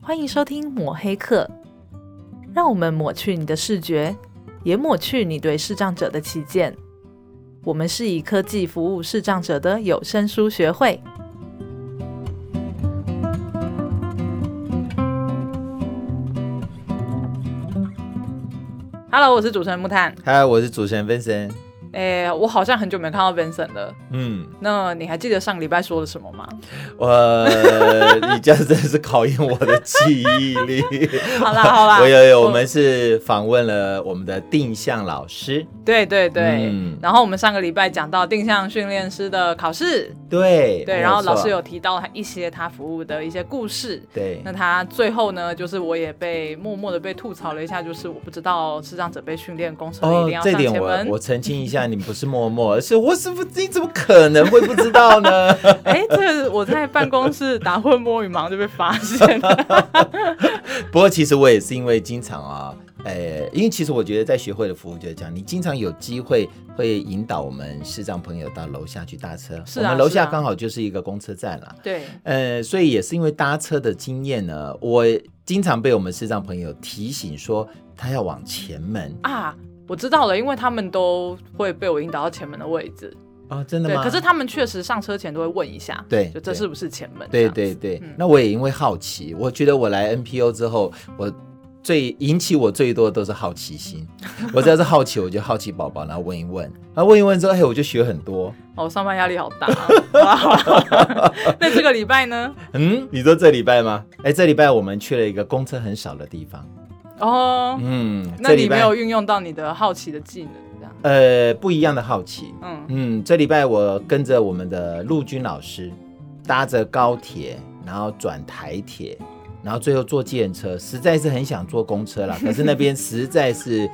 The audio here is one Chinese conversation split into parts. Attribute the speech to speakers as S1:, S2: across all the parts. S1: 欢迎收听抹黑课，让我们抹去你的视觉，也抹去你对视障者的偏见。我们是以科技服务视障者的有声书学会。Hello，我是主持人木炭。
S2: 嗨，我是主持人 Vincent。
S1: 诶、我好像很久没有看到 Vincent 了。
S2: 嗯，
S1: 那你还记得上礼拜说了什么 吗？
S2: 我呃你这样真的是考验我的记忆力。
S1: 好啦好啦，
S2: 我有有，我们是访问了我们的定向老师。
S1: 对对对，
S2: 嗯
S1: 然后我们上个礼拜讲到定向训练师的考试，
S2: 对
S1: 对，
S2: 没
S1: 然后
S2: 错
S1: 老师有提到他一些他服务的一些故事。
S2: 对
S1: 那他最后呢，就是我也被默默的被吐槽了一下，就是我不知道视障者被训练公司一
S2: 哦
S1: 定要，
S2: 这
S1: 上
S2: 点
S1: 前
S2: 我
S1: 门。
S2: 我澄清一下，你不是默默，而是我是不，你怎么可能会不知道呢？
S1: 哎，这个我在办公室打混摸鱼忙就被发现 了。
S2: 不过其实我也是因为经常啊，呃，因为其实我觉得在学会的服务就是这样，你经常有机会会引导我们视障朋友到楼下去搭车，
S1: 是啊
S2: 我们楼
S1: 是啊
S2: 下刚好就是一个公车站啦。
S1: 对，
S2: 呃，所以也是因为搭车的经验呢，我经常被我们视障朋友提醒说他要往前门
S1: 啊，我知道了，因为他们都会被我引导到前门的位置。
S2: 啊、哦，真的
S1: 对，
S2: 吗？
S1: 可是他们确实上车前都会问一下，
S2: 对
S1: 就这
S2: 对
S1: 是不是前门？这
S2: 对
S1: 样
S2: 对对，
S1: 嗯
S2: 那我也因为好奇，我觉得我来 NPO 之后，我最引起我最多的都是好 奇心。我只要是好奇，我就好奇宝宝，然后问一问，然后问一问之后，哎，我就学很多。
S1: 哦，上班压力好大、啊。 好啦好啦那这个礼拜呢？
S2: 嗯，你说这礼拜吗？哎，这礼拜我们去了一个公车很少的地方。
S1: 哦，
S2: 嗯，
S1: 那
S2: 这
S1: 你
S2: 礼
S1: 没
S2: 拜
S1: 有运用到你的好奇的技能，这样。
S2: 呃不一样的好奇。
S1: 嗯，
S2: 嗯，这礼拜我跟着我们的陆军老师，搭着高铁，然后转台铁，然后最后坐计程车，实在是很想坐公车啦，可是那边实在是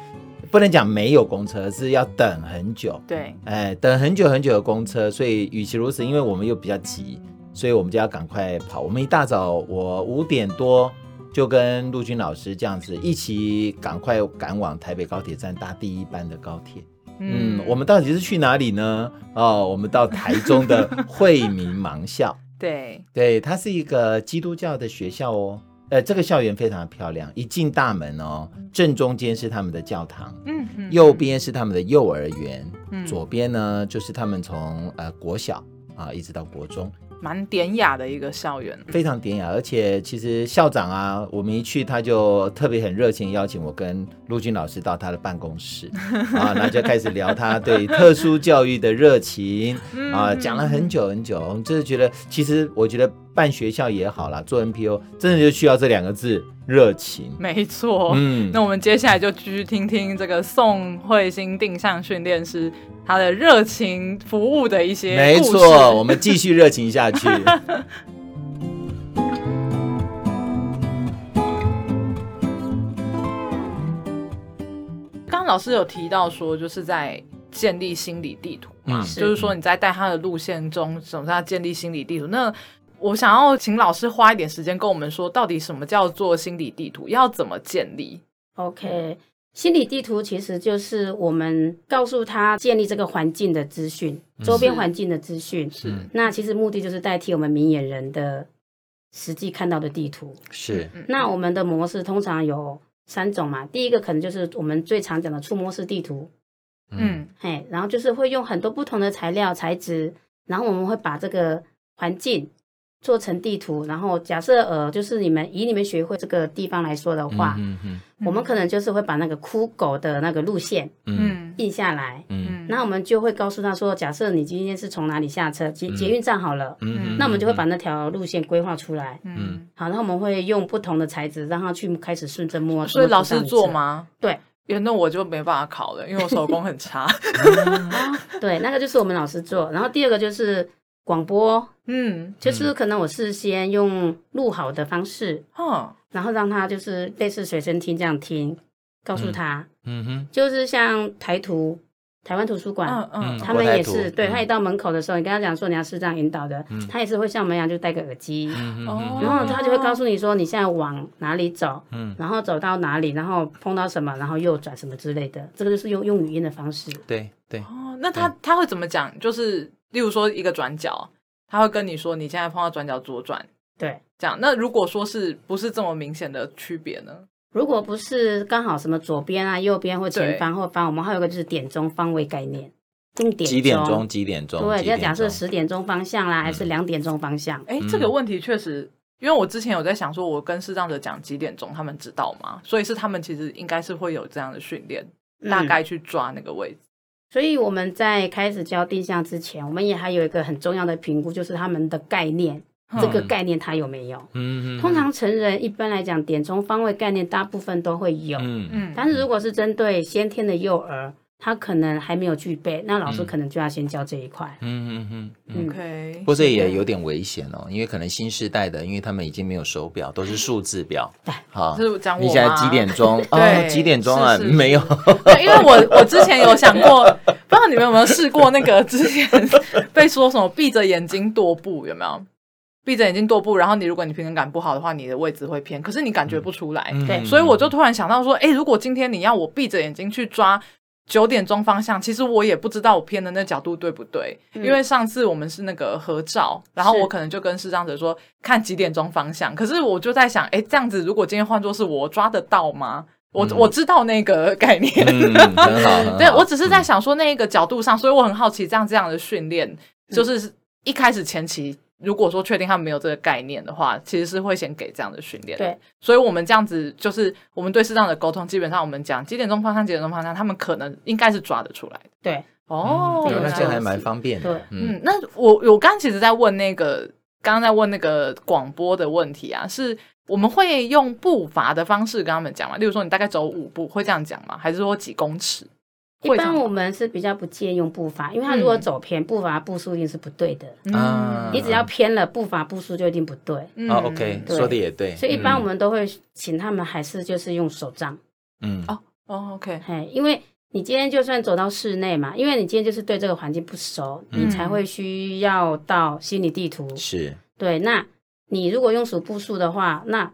S2: 不能讲没有公车，是要等很久，
S1: 对，
S2: 哎，等很久很久的公车，所以与其如此，因为我们又比较急，所以我们就要赶快跑。我们一大早，我五点多。就跟陆军老师这样子一起赶快赶往台北高铁站搭第一班的高铁，嗯，我们到底是去哪里呢？哦，我们到台中的惠民盲 校，
S1: 对，
S2: 对，它是一个基督教的学校哦。呃，这个校园非常的漂亮，一进大门哦，正中间是他们的教堂，
S1: 嗯，嗯
S2: 右，边是他们的幼儿园，
S1: 嗯
S2: 左边呢就是他们从呃国小啊一直到国中，
S1: 蛮典雅的一个校园。
S2: 非常典雅。而且其实校长啊，我们一去他就特别很热情邀请我跟陆军老师到他的办 公室啊，那就开始聊他对特殊教育的热情
S1: 嗯
S2: 啊，讲了很久很久。我们真的觉得，其实我觉得办学校也好啦，做 NPO 真的就需要这两个字热情。
S1: 没错。
S2: 嗯
S1: 那我们接下来就继续听听这个宋慧欣定向训练师他的热情服务的一些
S2: 没
S1: 故事
S2: 错，我们继续热情 下去。
S1: 刚刚老师有提到说，就是在建立心理地图嘛，
S2: 嗯
S1: 就是说你在带他的路线中，总是要建立心理地图。那我想要请老师花一点时间跟我们说，到底什么叫做心理地图，要怎么建立？
S3: OK，心理地图其实就是我们告诉他建立这个环境的资讯，周边
S1: 是
S3: 环境的资讯。
S2: 是
S3: 那其实目的就是代替我们明眼人的实际看到的地图。
S2: 是
S1: 嗯
S3: 那我们的模式通常有三种嘛，第一个可能就是我们最常讲的触摸式地图，
S1: 嗯
S3: 哎，然后就是会用很多不同的材料材质，然后我们会把这个环境做成地图，然后假设呃，就是你们以你们学会这个地方来说的话，
S2: 嗯嗯
S3: 我们可能就是会把那个酷狗的那个路线
S2: 嗯
S1: 嗯
S3: 印下来，
S2: 嗯
S3: 那我们就会告诉他说，假设你今天是从哪里下车，捷捷运站好了，
S2: 嗯
S3: 那我们就会把那条路线规划出来。
S1: 嗯，
S3: 好，那我们会用不同的材质，让他去开始顺着摸。
S1: 哦所以
S3: 怎么
S1: 老
S3: 走上
S1: 师
S3: 你
S1: 做
S3: 车？
S1: 吗？
S3: 对
S1: 耶。那我就没办法考了，因为我手工很 差。
S3: 啊对，那个就是我们老师做。然后第二个就是广播，
S1: 嗯，
S3: 就是可能我事先用录好的方式，
S1: 哦，
S3: 然后让他就是类似随身听这样听，告诉他，
S2: 嗯哼，
S3: 就是像台图台湾图书馆，
S1: 嗯嗯，
S3: 他们也
S2: 国台
S3: 是，
S2: 图
S3: 对
S2: 嗯
S3: 他一到门口的时候，你跟他讲说你要视障引导的，他也是会像我们一样就戴个耳机，
S2: 嗯
S1: 哦
S3: 然后他就会告诉你说你现在往哪里走，
S2: 嗯
S3: 然后走到哪里，然后碰到什么，然后右转什么之类的，这个就是用用语音的方式。
S2: 对对，
S1: 哦，那他他会怎么讲？就是例如说一个转角，他会跟你说你现在碰到转角左转，
S3: 对，
S1: 这样，那如果说是不是这么明显的区别呢？
S3: 如果不是刚好什么左边啊、右边或前方后方，我们还有一个就是点钟方位概念，用点
S2: 几点钟？？几点钟？
S3: 对，
S2: 几
S3: 要
S2: 点
S3: 假设
S2: 钟
S3: 十点钟方向啦，还是
S2: 嗯
S3: 两点钟方向？
S1: 哎，这个问题确实，因为我之前有在想说，我跟视障者讲几点钟，他们知道吗？所以是他们其实应该是会有这样的训练，大
S3: 嗯
S1: 概去抓那个位置。
S3: 所以我们在开始教定向之前，我们也还有一个很重要的评估，就是他们的概念，这个
S1: 嗯
S3: 概念它有没有？
S2: 嗯，嗯
S3: 通常成人一般来讲，点钟方位概念大部分都会有，
S2: 嗯嗯
S1: 嗯，
S3: 但是如果是针对先天的幼儿，他可能还没有具备，那老师可能就要先教这一块。
S2: 嗯嗯嗯。
S3: 嗯
S1: OK，
S2: 不过这也有点危险哦，因为可能新世代的，因为他们已经没有手表，都是数字表。好，
S1: 是讲我
S2: 你现在
S1: 吗
S2: 几点？钟？哦，
S1: 对
S2: 几点钟啊？
S1: 是是是
S2: 没有，
S1: 对，因为我我之前有想过，不知道你们有没有试过那个之前被说什么闭着眼睛踱步，有没有？闭着眼睛踱步，然后你如果你平衡感不好的话，你的位置会偏，可是你感觉不出来，
S2: 嗯
S3: 对
S1: 所以我就突然想到说，诶，如果今天你要我闭着眼睛去抓九点钟方向，其实我也不知道我偏的那角度对不对，
S3: 嗯
S1: 因为上次我们是那个合照，然后
S3: 是
S1: 我可能就跟视障者说看几点钟方向，可是我就在想，诶，这样子如果今天换作是我抓得到吗？我、
S2: 嗯
S1: 我知道那个概念，
S2: 嗯，很好，很好嗯
S1: 对我只是在想说那个角度上，所以我很好奇，这样这样的训练，
S2: 嗯
S1: 就是一开始前期，如果说确定他们没有这个概念的话，其实是会先给这样的训练。
S3: 对，
S1: 所以我们这样子就是我们对适当的沟通，基本上我们讲几点钟方向，几点钟方向，他们可能应该是抓得出来的。
S3: 对，
S1: 哦，
S2: 嗯
S3: 对
S1: 原
S2: 那
S1: 来
S2: 这样还
S1: 如此
S2: 蛮方便的
S3: 对。
S1: 嗯，那我我刚刚其实在问那个，刚刚在问那个广播的问题啊，是我们会用步伐的方式跟他们讲嘛？例如说，你大概走五步，会这样讲吗？还是说几公尺？
S3: 一
S1: 会这
S3: 般
S1: 样
S3: 我们是比较不建议用步伐，因为他如果走偏，步伐步数一定是不对的。
S2: 啊
S3: 你只要偏了步伐步数就一定不对，
S1: 嗯
S2: 哦，OK，
S3: 对
S2: 说的也对。
S3: 所以一般我们都会请他们还是就是用手杖，
S2: 嗯，嗯
S1: 哦哦，OK，
S3: 嘿，因为你今天就算走到室内嘛，因为你今天就是对这个环境不熟，
S1: 嗯
S3: 你才会需要到心理地图。
S2: 是，
S3: 对，那你如果用数步数的话，那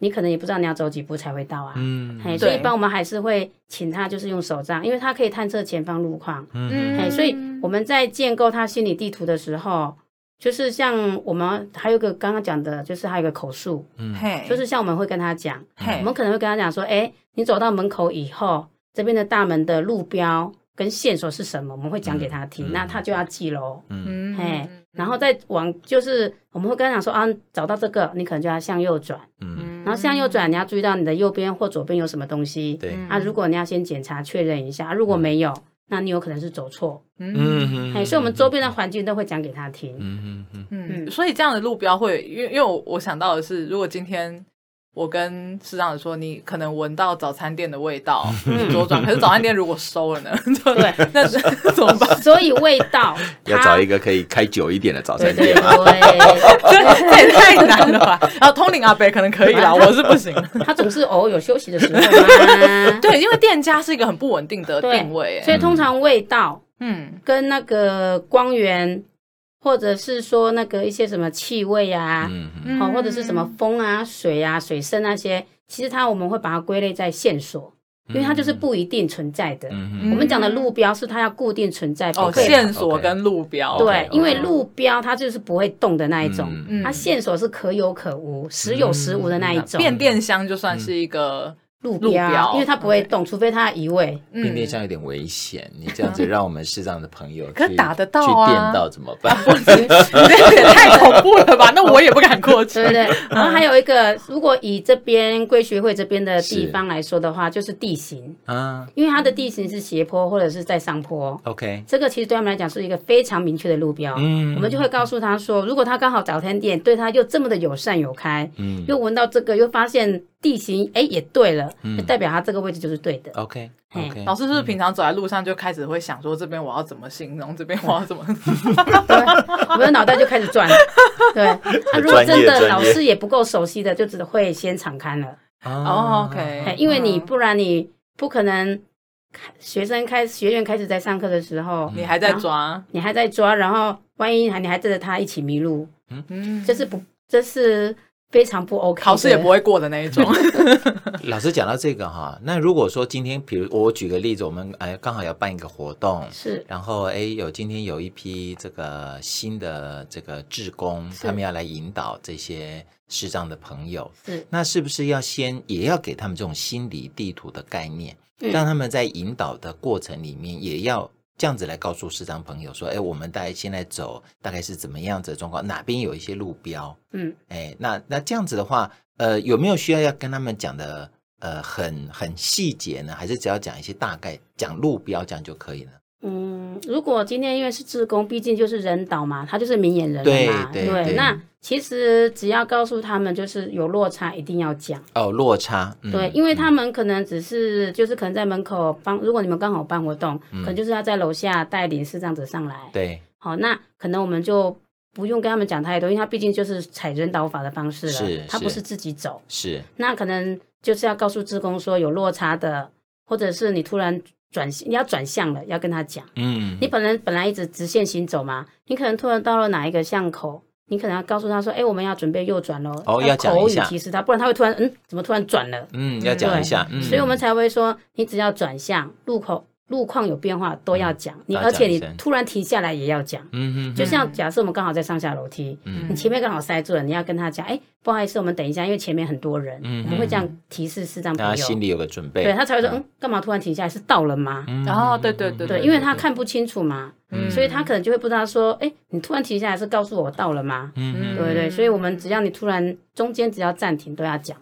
S3: 你可能也不知道你要走几步才会到啊。
S2: 嗯
S3: 嘿，所
S1: 对
S3: 以一般我们还是会请他就是用手杖，因为他可以探测前方路况。
S2: 嗯
S3: 哎，所以我们在建构他心理地图的时候，就是像我们还有一个刚刚讲的，就是还有一个口述，
S2: 嗯
S1: 嘿，
S3: 就是像我们会跟他讲，
S1: 嘿，
S3: 我们可能会跟他讲说，哎，你走到门口以后，这边的大门的路标跟线索是什么，我们会讲给他
S2: 嗯
S3: 听，
S2: 嗯
S3: 那他就要记喽。
S2: 嗯
S1: 嗯
S3: 嘿，然后再往就是我们会跟他讲说啊，找到这个，你可能就要向右转，
S2: 嗯，
S3: 然后向右转，你要注意到你的右边或左边有什么东西。
S2: 对，
S1: 嗯
S3: 啊，如果你要先检查确认一下，啊如果没有，那你有可能是走错。
S1: 嗯
S2: 嗯
S3: 哎，所以我们周边的环境都会讲给他听。
S2: 嗯嗯嗯
S1: 嗯，
S3: 嗯
S1: 所以这样的路标会，因为因为我我想到的是，如果今天。我跟市长说，你可能闻到早餐店的味 道，你左转。可是早餐店如果收了呢？ 对，那 怎么办？
S3: 所以味道，
S4: 要找一
S3: 个
S4: 个可以开久一点的早
S3: 对
S4: 餐
S3: 对啊
S4: 店嘛。
S3: 对，
S1: 这这也太难了吧！ 然后通灵阿北可能可以啦，我是不 行。。
S3: 他总是偶尔有休息的时候嘛
S1: 对，因为店家是一个很不稳定的
S3: 对
S1: 定位，哎
S3: 所以通常味道
S1: 嗯
S3: 跟那个光源，或者是说那个一些什么气味啊，
S2: 嗯嗯
S1: 嗯
S3: 哦，或者是什么风啊、水啊、水声那些，其实它我们会把它归类在线索，因为它
S1: 嗯
S3: 就是不一定存在的。
S2: 嗯嗯
S3: 我们讲的路标是它要固定存在，不
S1: 哦，
S3: 会
S2: OK，
S1: 线索
S2: OK
S1: 跟路标，
S3: 对
S2: OK，OK，
S3: 因为路标它就是不会动的那一种。
S2: 嗯
S1: 嗯
S3: 它线索是可有可无、时有时无的那一种
S1: 变电箱就算是一个
S3: 路
S1: 路标
S3: 因为它不会动，除非它移位。
S2: 变电箱有点危险，你这样子让我们视障的朋友
S1: 可
S2: 去
S1: 打得到
S2: 去
S1: 啊
S2: 电到怎么 办？
S1: 你这也太恐怖了吧？ 那我也不敢过去
S3: 对。不对？然后还有一个，如果以这边贵学会这边的地方来说的话，就是地形，
S2: 啊
S3: 因为它的地形是斜坡或者是在上坡，
S2: ，OK，
S3: 这个其实对他们来讲是一个非常明确的路标。
S2: 嗯
S3: 我们就会告诉他说，如果他刚好早餐店对他又这么的友善有开，
S2: 嗯
S3: 又闻到这个，又发现地形，哎，也对了，
S2: 嗯
S3: 就代表他这个位置就是对 的。
S2: OK
S3: 嘿
S2: OK，
S1: 老师是不是平常走在路上就开始会想说这边我要怎么形容，这边我要怎么？
S3: 对，我的脑袋就开始转。对，啊，如果
S4: 专
S3: 真
S4: 业
S3: 的
S4: 专
S3: 老
S4: 业
S3: 师也不够熟悉的，就只会先敞开了，
S1: 哦
S2: 哦
S3: 哎
S1: ，OK，
S3: 因为你
S1: 嗯
S3: 不然你不可能开学生开学员开始在上课的时候，
S1: 你还在抓，
S3: 你还在抓，然后万一还你还跟着他一起迷路，
S1: 嗯，
S3: 这是不这是非常不 OK，
S1: 考试也不
S3: 会。
S1: 会过的那一 种。
S2: 老师讲到这个哈，那如果说今天，比如我举个例子，我们哎刚好要办一个活动，
S3: 是
S2: 然后哎有今天有一批这个新的这个志工，
S3: 是
S2: 他们要来引导这些视障的朋友，
S3: 是，
S2: 那是不是要先也要给他们这种心理地图的概念，
S3: 嗯
S2: 让他们在引导的过程里面也要这样子来告诉视障朋友说，哎，我们大概现在走大概是怎么样子的状况，哪边有一些路标，
S3: 嗯，
S2: 哎，那那这样子的话，呃，有没有需要要跟他们讲的呃很很细节呢？还是只要讲一些大概，讲路标这样就可以了？
S3: 嗯，如果今天因为是志工，毕竟就是人导嘛，他就是明眼人了
S2: 对
S3: 嘛，
S2: 对对
S3: 那其实只要告诉他们，就是有落差一定要讲，
S2: 哦，落差，嗯、
S3: 对，因为他们可能只是就是可能在门口帮，如果你们刚好办活动，可能就是要在楼下带领视障者上来，
S2: 嗯对
S3: 好，那可能我们就不用跟他们讲太多，因为他毕竟就是采人导法的方式了，
S2: 是
S3: 他
S2: 是
S3: 不是自己走，
S2: 是
S3: 那可能就是要告诉志工说有落差的，或者是你突然转你要转向了，要跟他讲。
S2: 嗯
S3: 你本来本来一直直线行走嘛，你可能突然到了哪一个巷口，你可能要告诉他说：“哎、我们要准备右转喽。”
S2: 哦要讲一
S3: 口语
S2: 下
S3: 提示他，不然他会突然嗯，怎么突然转了？
S2: 嗯，要讲一下，嗯，
S3: 所以我们才会说，你只要转向路口路况有变化都要讲，你
S2: 要
S3: 而且
S2: 讲一
S3: 你
S2: 声
S3: 突然停下来也要讲。
S2: 嗯嗯嗯
S3: 就像假设我们刚好在上下楼梯，你前面刚好塞住了，你要跟他讲：“哎、不好意思，我们等一下，因为前面很多人。
S2: 嗯
S3: 我们会这样提示视障朋
S2: 大
S3: 友，
S2: 家心里有个准备，
S3: 对他才会说：“嗯，干嘛突然停下来？是到了吗？”
S2: 嗯
S1: 然后对对对
S3: 对，因为他看不清楚嘛。
S1: 嗯
S3: 所以他可能就会不知道说，哎，你突然停下来是告诉我到了吗？
S2: 嗯
S1: 嗯
S3: 对不对，所以我们只要你突然中间只要暂停都要讲，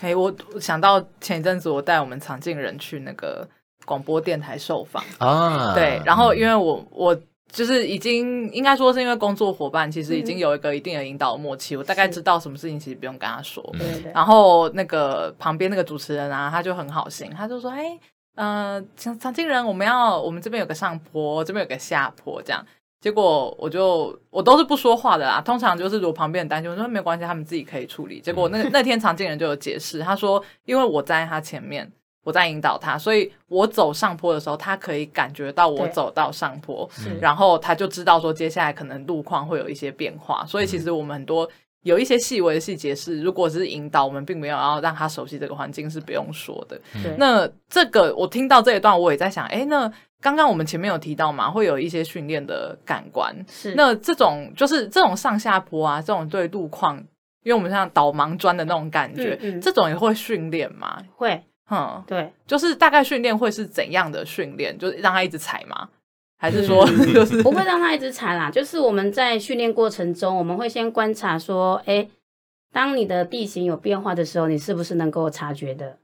S1: 哎、我我想到前一阵子我带我们常进人去那个广播电台受访，
S2: 啊，
S1: 对，然后因为我我就是已经应该说是因为工作伙伴，其实已
S3: 嗯
S1: 经有一个一定的引导默契，我大概
S3: 是
S1: 知道什么事情其实不用跟他说。
S2: 嗯
S3: 对对对，
S1: 然后那个旁边那个主持人啊，他就很好心，他就说：“哎，呃，常常进人，我们要我们这边有个上坡，这边有个下坡，这样。”结果我就我都是不说话的啦，通常就是如果旁边很担心，我说没关系，他们自己可以处理。结果那个那天常进人就有解释，他说因为我在他前面，我在引导他，所以我走上坡的时候，他可以感觉到我
S3: 对
S1: 走到上坡，
S3: 是
S1: 然后他就知道说接下来可能路况会有一些变化，所以其实我们很多有一些细微的细节是，如果是引导，我们并没有要让他熟悉这个环境是不用说的。
S2: 嗯
S3: 对
S1: 那这个我听到这一段，我也在想，诶，那刚刚我们前面有提到嘛，会有一些训练的感官，
S3: 是
S1: 那这种就是这种上下坡啊，这种对路况，因为我们像导盲砖的那种感觉，
S3: 嗯嗯
S1: 这种也会训练嘛？
S3: 会
S1: 嗯，
S3: 对，
S1: 就是大概训练会是怎样的训练？就是让他一直踩吗？还是说就是
S3: 不会让他一直踩啦， 就是我们在训练过程中，我们会先观察说，哎，当你的地形有变化的时候，你是不是能够察觉的？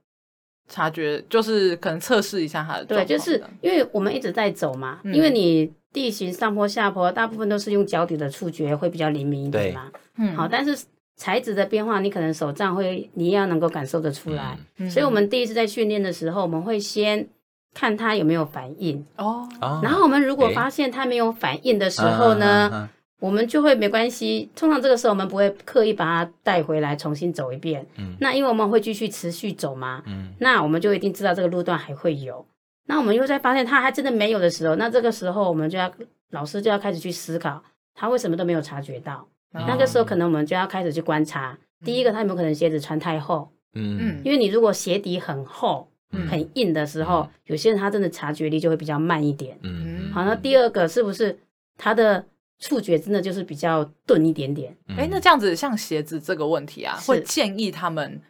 S1: 察觉，就是可能测试一下他的状
S3: 对，
S1: 况
S3: 就是
S1: 这样
S3: 因为我们一直在走嘛，
S1: 嗯
S3: 因为你地形上坡下坡，大部分都是用脚底的触觉会比较灵敏一点
S2: 对
S3: 嘛，
S1: 嗯
S3: 好，但是材质的变化，你可能手杖会，你也要能够感受得出来。
S1: 嗯
S3: 所以，我们第一次在训练的时候，我们会先看他有没有反应。
S1: 哦，啊
S2: 啊
S3: 然后我们如果
S2: 诶
S3: 发现他没有反应的时候
S2: 啊
S3: 呢，，我们就会没关系。通常这个时候我们不会刻意把它带回来重新走一遍。
S2: 嗯
S3: 那因为我们会继续持续走嘛，
S2: 嗯
S3: 那我们就一定知道这个路段还会有。那我们又在发现他还真的没有的时候，那这个时候我们就要老师就要开始去思考，他为什么都没有察觉到。
S2: 啊
S3: 那个时候可能我们就要开始去观察，第一个他有没有可能鞋子穿太厚，
S2: 嗯
S3: 因为你如果鞋底很厚、
S2: 嗯
S3: 很硬的时候，有些人他真的察觉力就会比较慢一点。
S2: 嗯，
S3: 好，那第二个是不是他的触觉真的就是比较钝一点点？
S2: 嗯
S1: 哎、那这样子像鞋子这个问题啊，
S3: 是
S1: 会建议他们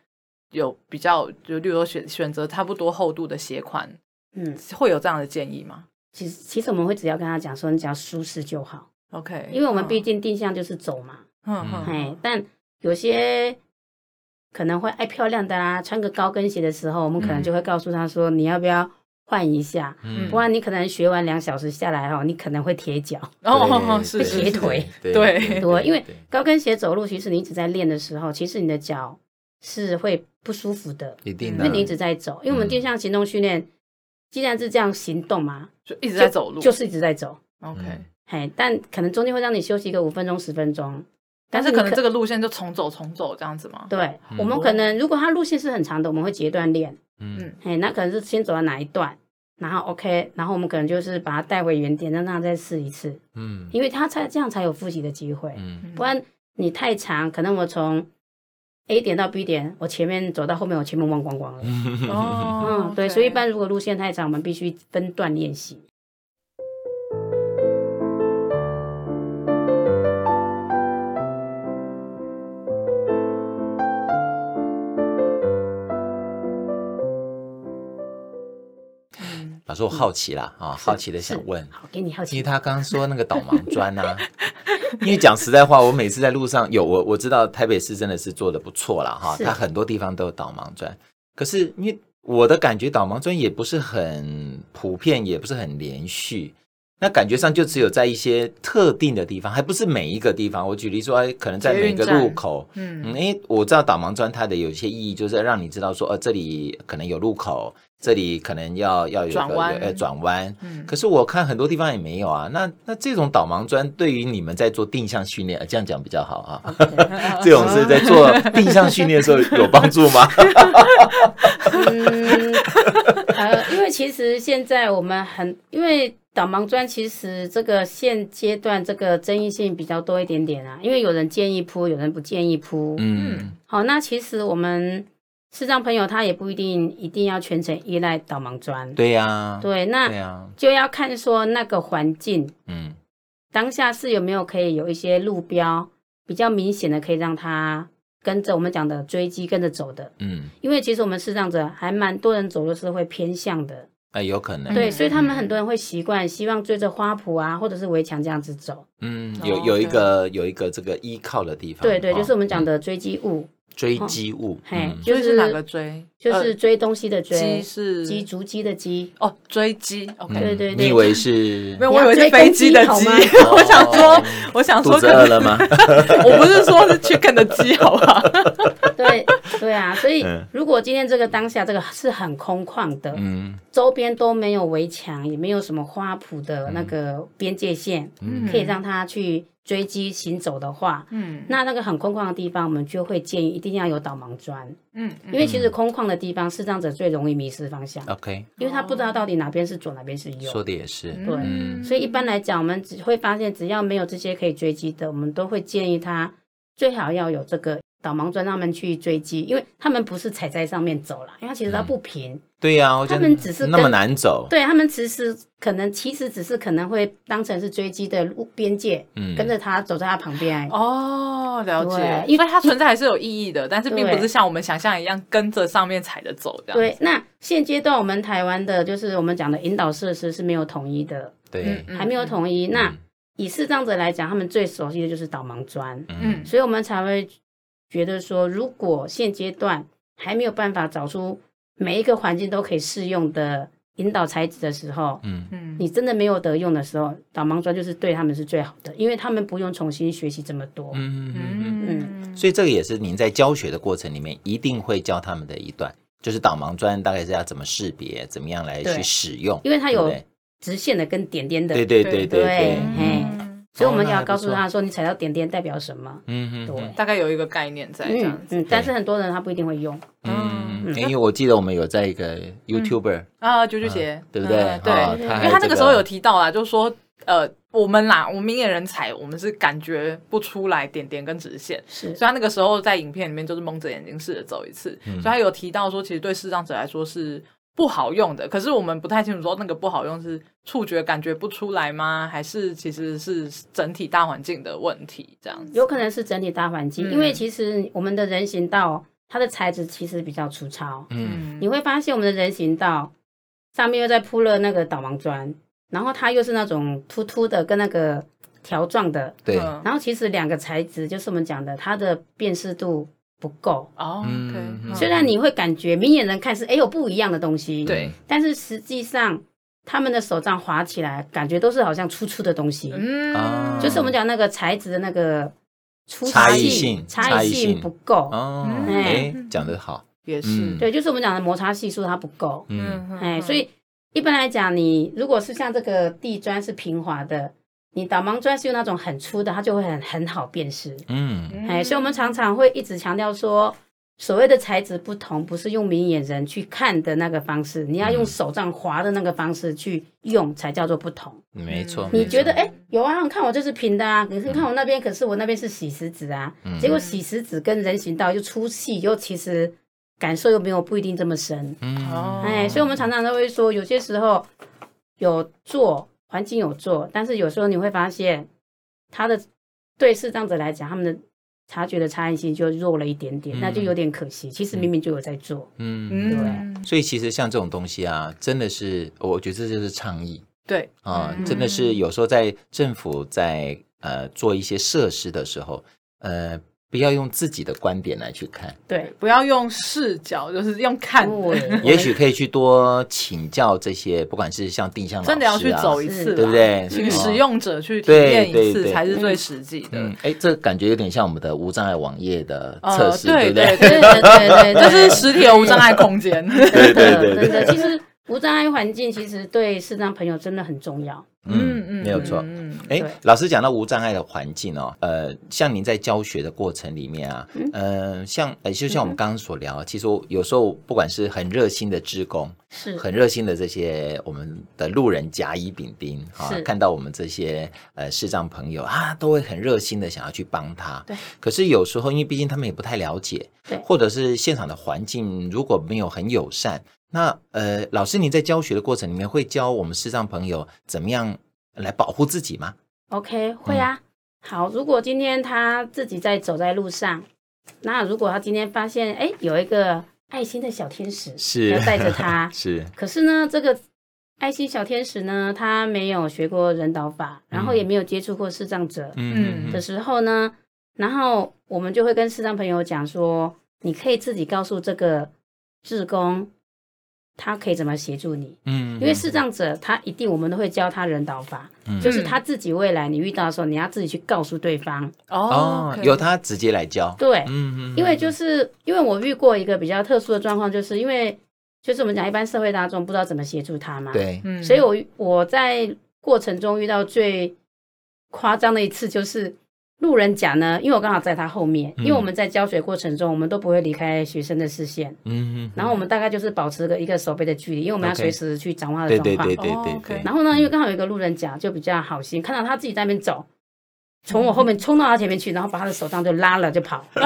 S1: 有比较，就例如说选选择差不多厚度的鞋款，
S3: 嗯，
S1: 会有这样的建议吗
S3: 其实其实我们会只要跟他讲说，你只要舒适就好，
S1: ？OK，
S3: 因为
S2: 哦
S3: 我们毕竟定向就是走嘛，
S1: 嗯嗯
S3: 哎，但有些。可能会爱漂亮的啦、穿个高跟鞋的时候，我们
S1: 嗯
S3: 可能就会告诉他说：“你要不要换一下？
S2: 嗯
S3: 不然你可能学完两小时下来哦，你可能会铁脚。
S1: 然后哦哦是
S3: 对
S1: 是
S3: 铁
S1: 是
S3: 腿
S2: 对
S3: 对，因为高跟鞋走路，其实你一直在练的时候，其实你的脚是会不舒服的，
S2: 一定
S3: 因
S2: 的，嗯
S3: 为
S1: 嗯
S3: 你一直在走。因为我们定向行动训练，既然是这样行动嘛，
S1: 就一直在走路，
S3: 就是一直在走。
S2: 嗯
S1: OK，
S3: 嘿，但可能中间会让你休息个五分钟、十分钟，
S1: 但是
S3: 你
S1: 可能这个路线就重走重走这样子吗？
S3: 对
S2: 嗯
S3: 我们可能如果它路线是很长的，我们会截断练。
S2: 嗯
S3: 嘿，哎那可能是先走到哪一段，然后 OK，然后我们可能就是把它带回原点，让它再试一次，
S2: 嗯
S3: 因为它才这样才有复习的机会。
S2: 嗯
S3: 不然你太长，可能我从 A 点到 B 点，我前面走到后面，我前面忘光光了。
S2: 嗯
S1: 哦
S3: 嗯，对，所以一般如果路线太长，我们必须分段练习。
S2: 老师，我好奇啦，啊，好奇的想问
S3: 是，好，给你好
S2: 因
S3: 奇
S2: 为。他刚刚说那个导盲砖啊，因为讲实在话，我每次在路上有我我知道台北市真的是做的不错了哈，
S3: 是
S2: 它很多地方都有导盲砖，可是因为我的感觉导盲砖也不是很普遍，也不是很连续。那感觉上就只有在一些特定的地方，还不是每一个地方。我举例说，哎，可能在
S1: 捷
S2: 每
S1: 运
S2: 个
S1: 站
S2: 路口，嗯，
S1: 嗯
S2: 因为我知道导盲砖它的有一些意义，就是让你知道说，呃，这里可能有路口，这里可能要要有一个
S1: 转弯
S2: 呃转弯。
S1: 嗯
S2: 可是我看很多地方也没有啊。那那这种导盲砖对于你们在做定向训练，呃这样讲比较好啊。这种是在做
S3: 啊
S2: 定向训练的时候有帮助 吗？
S3: 嗯，呃，因为其实现在我们很，因为导盲砖其实这个现阶段这个争议性比较多一点点啊，因为有人建议铺，有人不建议铺。
S2: 嗯
S3: 好，那其实我们视障朋友他也不一定一定要全程依赖导盲砖。
S2: 对呀、
S3: 对，
S2: 对啊
S3: 那
S2: 呀、
S3: 就要看说那个环境
S2: 嗯
S3: 当下是有没有可以有一些路标比较明显的，可以让他跟着我们讲的追击跟着走的。
S2: 嗯，
S3: 因为其实我们视障者还蛮多人走路是会偏向的，
S2: 哎、有可能。
S3: 对，
S1: 嗯
S3: 所以他们很多人会习惯，希望追着花圃啊，或者是围墙这样子走。
S2: 嗯，
S1: 哦
S2: 有有一个有一个这个依靠的地方。
S3: 对对，
S2: 哦
S3: 就是我们讲
S2: 嗯
S3: 的追击物，
S2: 追击物。
S3: 嘿
S2: 嗯，
S3: 就
S1: 所以是哪个追？
S3: 就是追东西的
S1: 呃鸡
S3: 追，
S1: 是
S3: 鸡足鸡的鸡。
S1: 哦，追鸡。OK，
S3: 对对对
S2: 嗯你以为是
S1: 没有，
S3: 你
S1: 我以
S3: 要
S1: 为是
S3: 追
S1: 飞
S3: 公
S1: 机
S3: 鸡
S1: 的
S3: 好
S1: 鸡
S3: 吗。
S1: 我想说
S2: 哦，
S1: 我想
S2: 肚
S1: 说，
S2: 子
S1: 可能
S2: 饿了吗？
S1: 我不是说是 chicken 的鸡，好吧？
S3: 对对啊，所以
S2: 嗯
S3: 如果今天这个当下这个是很空旷的，
S2: 嗯
S3: 周边都没有围墙，也没有什么花圃
S1: 嗯
S3: 的那个边界线，
S2: 嗯
S3: 可以让他去追击行走的话，
S1: 嗯
S3: 那那个很空旷的地方，我们就会建议一定要有导盲砖，
S1: 嗯
S3: 因为其实空旷的地方，视障者最容易迷失方向，
S2: ，OK，
S3: 因为他不知道到底哪边是左，哪边是右
S2: 说。的也是。
S1: 嗯
S3: 对
S1: 嗯
S3: 所以一般来讲，我们只会发现，只要没有这些可以追击的，我们都会建议他最好要有这个导盲砖，让他们去追击，因为他们不是踩在上面走了，因为他其实他不平，
S2: 对呀、我觉得
S3: 他们只是
S2: 那么
S3: 跟
S2: 难走。
S3: 对他们其实可能其实只是可能会当成是追击的路边界，
S2: 嗯
S3: 跟着他走在他旁边。
S1: 哦，了解
S3: 对，
S1: 因为它存在还是有意义的，但是并不
S3: 对
S1: 是像我们想象一样跟着上面踩着走这样。
S3: 对，那现阶段我们台湾的就是我们讲的引导设施是没有统一的，
S2: 对，
S3: 还没有统一。嗯
S2: 嗯
S3: 那以视障者来讲，他们最熟悉的就是导盲砖，
S2: 嗯
S3: 所以我们才会觉得说，如果现阶段还没有办法找出每一个环境都可以适用的引导材质的时候，
S2: 嗯
S1: 嗯
S3: 你真的没有得用的时候，导盲砖就是对他们是最好的，因为他们不用重新学习这么多。
S2: 嗯嗯嗯
S1: 嗯，
S2: 所以这个也是您在教学的过程里面一定会教他们的一段，就是导盲砖大概是要怎么识别，怎么样来去
S3: 对
S2: 使用，
S3: 因为它有
S2: 对
S3: 直线的跟点点的，
S2: 不对对对对
S3: 对
S2: 对，
S3: 嘿
S2: 嗯
S1: 嗯
S3: 所以我
S2: 哦
S3: 们就
S2: 那还
S3: 要
S2: 不
S3: 告诉
S2: 错
S3: 他说，你踩到点点代表什么。
S2: 嗯
S3: 对，
S2: 嗯
S1: 大概有一个概念在这样
S3: 嗯
S1: 子
S3: 嗯，但是很多人他不一定会用。
S2: 嗯嗯，
S3: 嗯
S2: 因为我记得我们有在一个 YouTuber，
S1: 啊，啾啾姐，
S2: 对不对
S1: 嗯？对，
S2: 哈
S3: 对
S1: 因
S2: 还
S1: 为他
S2: 这
S1: 那个时候有提到啦，就说呃，我们啦，我们明眼人踩，我们是感觉不出来点点跟直线，
S3: 是
S1: 所以他那个时候在影片里面就是蒙着眼睛试着走一次，
S2: 嗯
S1: 所以他有提到说，其实对视障者来说是不好用的。可是我们不太清楚说那个不好用是触觉感觉不出来吗？还是其实是整体大环境的问题这样子？
S3: 有可能是整体大环境，
S1: 嗯
S3: 因为其实我们的人行道它的材质其实比较粗糙，
S2: 嗯
S1: 嗯
S3: 你会发现我们的人行道上面又在铺了那个导盲砖，然后它又是那种凸凸的跟那个条状的，
S2: 对，
S1: 嗯
S3: 然后其实两个材质就是我们讲的它的辨识度不够。
S1: 哦
S2: 嗯
S1: ，OK，
S2: 嗯
S3: 虽然你会感觉明眼人看是哎有不一样的东西，
S1: 对，
S3: 但是实际上他们的手杖滑起来，感觉都是好像粗粗的东西，
S1: 嗯
S2: 啊，
S3: 就是我们讲那个材质的那个粗细
S2: 差异性
S3: 差异
S2: 差异性
S3: 性不够。
S2: 哦，
S1: 嗯
S2: 哎
S1: 嗯，
S2: 讲得好，
S1: 也是
S2: 嗯，
S3: 对，就是我们讲的摩擦系数它不够。
S2: 嗯
S3: 哎、所以一般来讲，你如果是像这个地砖是平滑的，你导盲砖是用那种很粗的，它就会很很好辨识。哎
S2: 嗯
S3: 哎、所以我们常常会一直强调说，所谓的材质不同，不是用明眼人去看的那个方式，你
S2: 嗯
S3: 要用手杖划的那个方式去用，才叫做不同。
S2: 没错。
S1: 嗯
S3: 你
S2: 没
S3: 觉得
S2: 错嗯
S3: 哎、诶有啊？看我这是平的啊，可是看我那边，可是我那边是洗石子啊。结果洗石子跟人行道又出戏，又其实感受又没有不一定这么深。
S2: 嗯
S1: 哦
S3: 哎，所以我们常常都会说，有些时候有做环境有做，但是有时候你会发现，他的对视障者来讲，他们的察觉的差异性就弱了一点点，那就有点可惜。其实明明就有在做，
S2: 嗯，
S1: 嗯，
S2: 所以其实像这种东西啊，真的是我觉得这就是倡议
S1: 对，
S2: 啊，
S1: 嗯
S2: 真的是有时候在政府在呃做一些设施的时候，呃，不要用自己的观点来去看，
S3: 对，
S1: 不要用视角，就是用看的，
S3: 对
S2: 也许可以去多请教这些，不管是像定向老师啊，
S1: 真的要去走一次啦，
S3: 是
S2: 对不对？
S1: 请
S2: 嗯
S1: 使用者去体
S2: 对
S1: 验一
S2: 对
S1: 次
S2: 对
S1: 才是最实际的
S2: 嗯。，哎，这感觉有点像我们的无障碍网页的
S1: 呃
S2: 测试，
S1: 对
S2: 不对？
S1: 对
S3: 对对对对，
S1: 这是实体的无障碍空间，
S3: 真的
S2: 对对对
S3: 真的，其实无障碍环境其实对视障朋友真的很重要。
S2: 嗯嗯，没有错。
S1: 嗯嗯
S2: 哎
S3: 对，
S2: 老师讲到无障碍的环境哦，呃，像您在教学的过程里面啊，
S1: 嗯
S2: 呃，像呃，就像我们刚刚所聊，啊其实我有时候不管是很热心的职工，
S3: 是
S2: 很热心的这些我们的路人甲乙丙丁啊
S3: 是，
S2: 看到我们这些呃视障朋友啊，都会很热心的想要去帮他。
S3: 对。
S2: 可是有时候，因为毕竟他们也不太了解，
S3: 对
S2: 或者是现场的环境如果没有很友善，那呃，老师您在教学的过程里面会教我们视障朋友怎么样来保护自己吗？
S3: OK，会
S2: 嗯
S3: 啊。好，如果今天他自己在走在路上，那如果他今天发现哎有一个爱心的小天使
S2: 是，
S3: 要带着他
S2: 是，
S3: 可是呢这个爱心小天使呢他没有学过人导法，然后
S2: 嗯
S3: 也没有接触过视障者
S1: 嗯
S3: 的时候呢，然后我们就会跟视障朋友讲说，你可以自己告诉这个志工。他可以怎么协助你？
S2: 嗯
S3: 因为视障者他一定我们都会教他人导法，
S2: 嗯
S3: 就是他自己未来你遇到的时候，你要自己去告诉对方。
S2: 哦，
S1: ，OK
S2: 由他直接来教，
S3: 对，
S2: 嗯
S3: 因为就是因为我遇过一个比较特殊的状况，就是因为就是我们讲一般社会大众不知道怎么协助他嘛，，
S2: 对，
S1: 嗯
S3: 所以我我在过程中遇到最夸张的一次就是。路人甲呢，因为我刚好在他后面，因为我们在教学过程中，我们都不会离开学生的视线，
S2: 嗯，
S3: 然后我们大概就是保持个一个手背的距离，因为我们要
S2: OK
S3: 随时去掌握他的
S2: 对
S3: 状
S2: 对
S3: 况。
S2: 对对
S1: 哦
S2: 对
S1: ，OK
S2: 对，
S3: 然后呢，因为刚好有一个路人甲就比较好心，看到他自己在那边走，从我后面冲到他前面去，然后把他的手杖就拉了 就跑。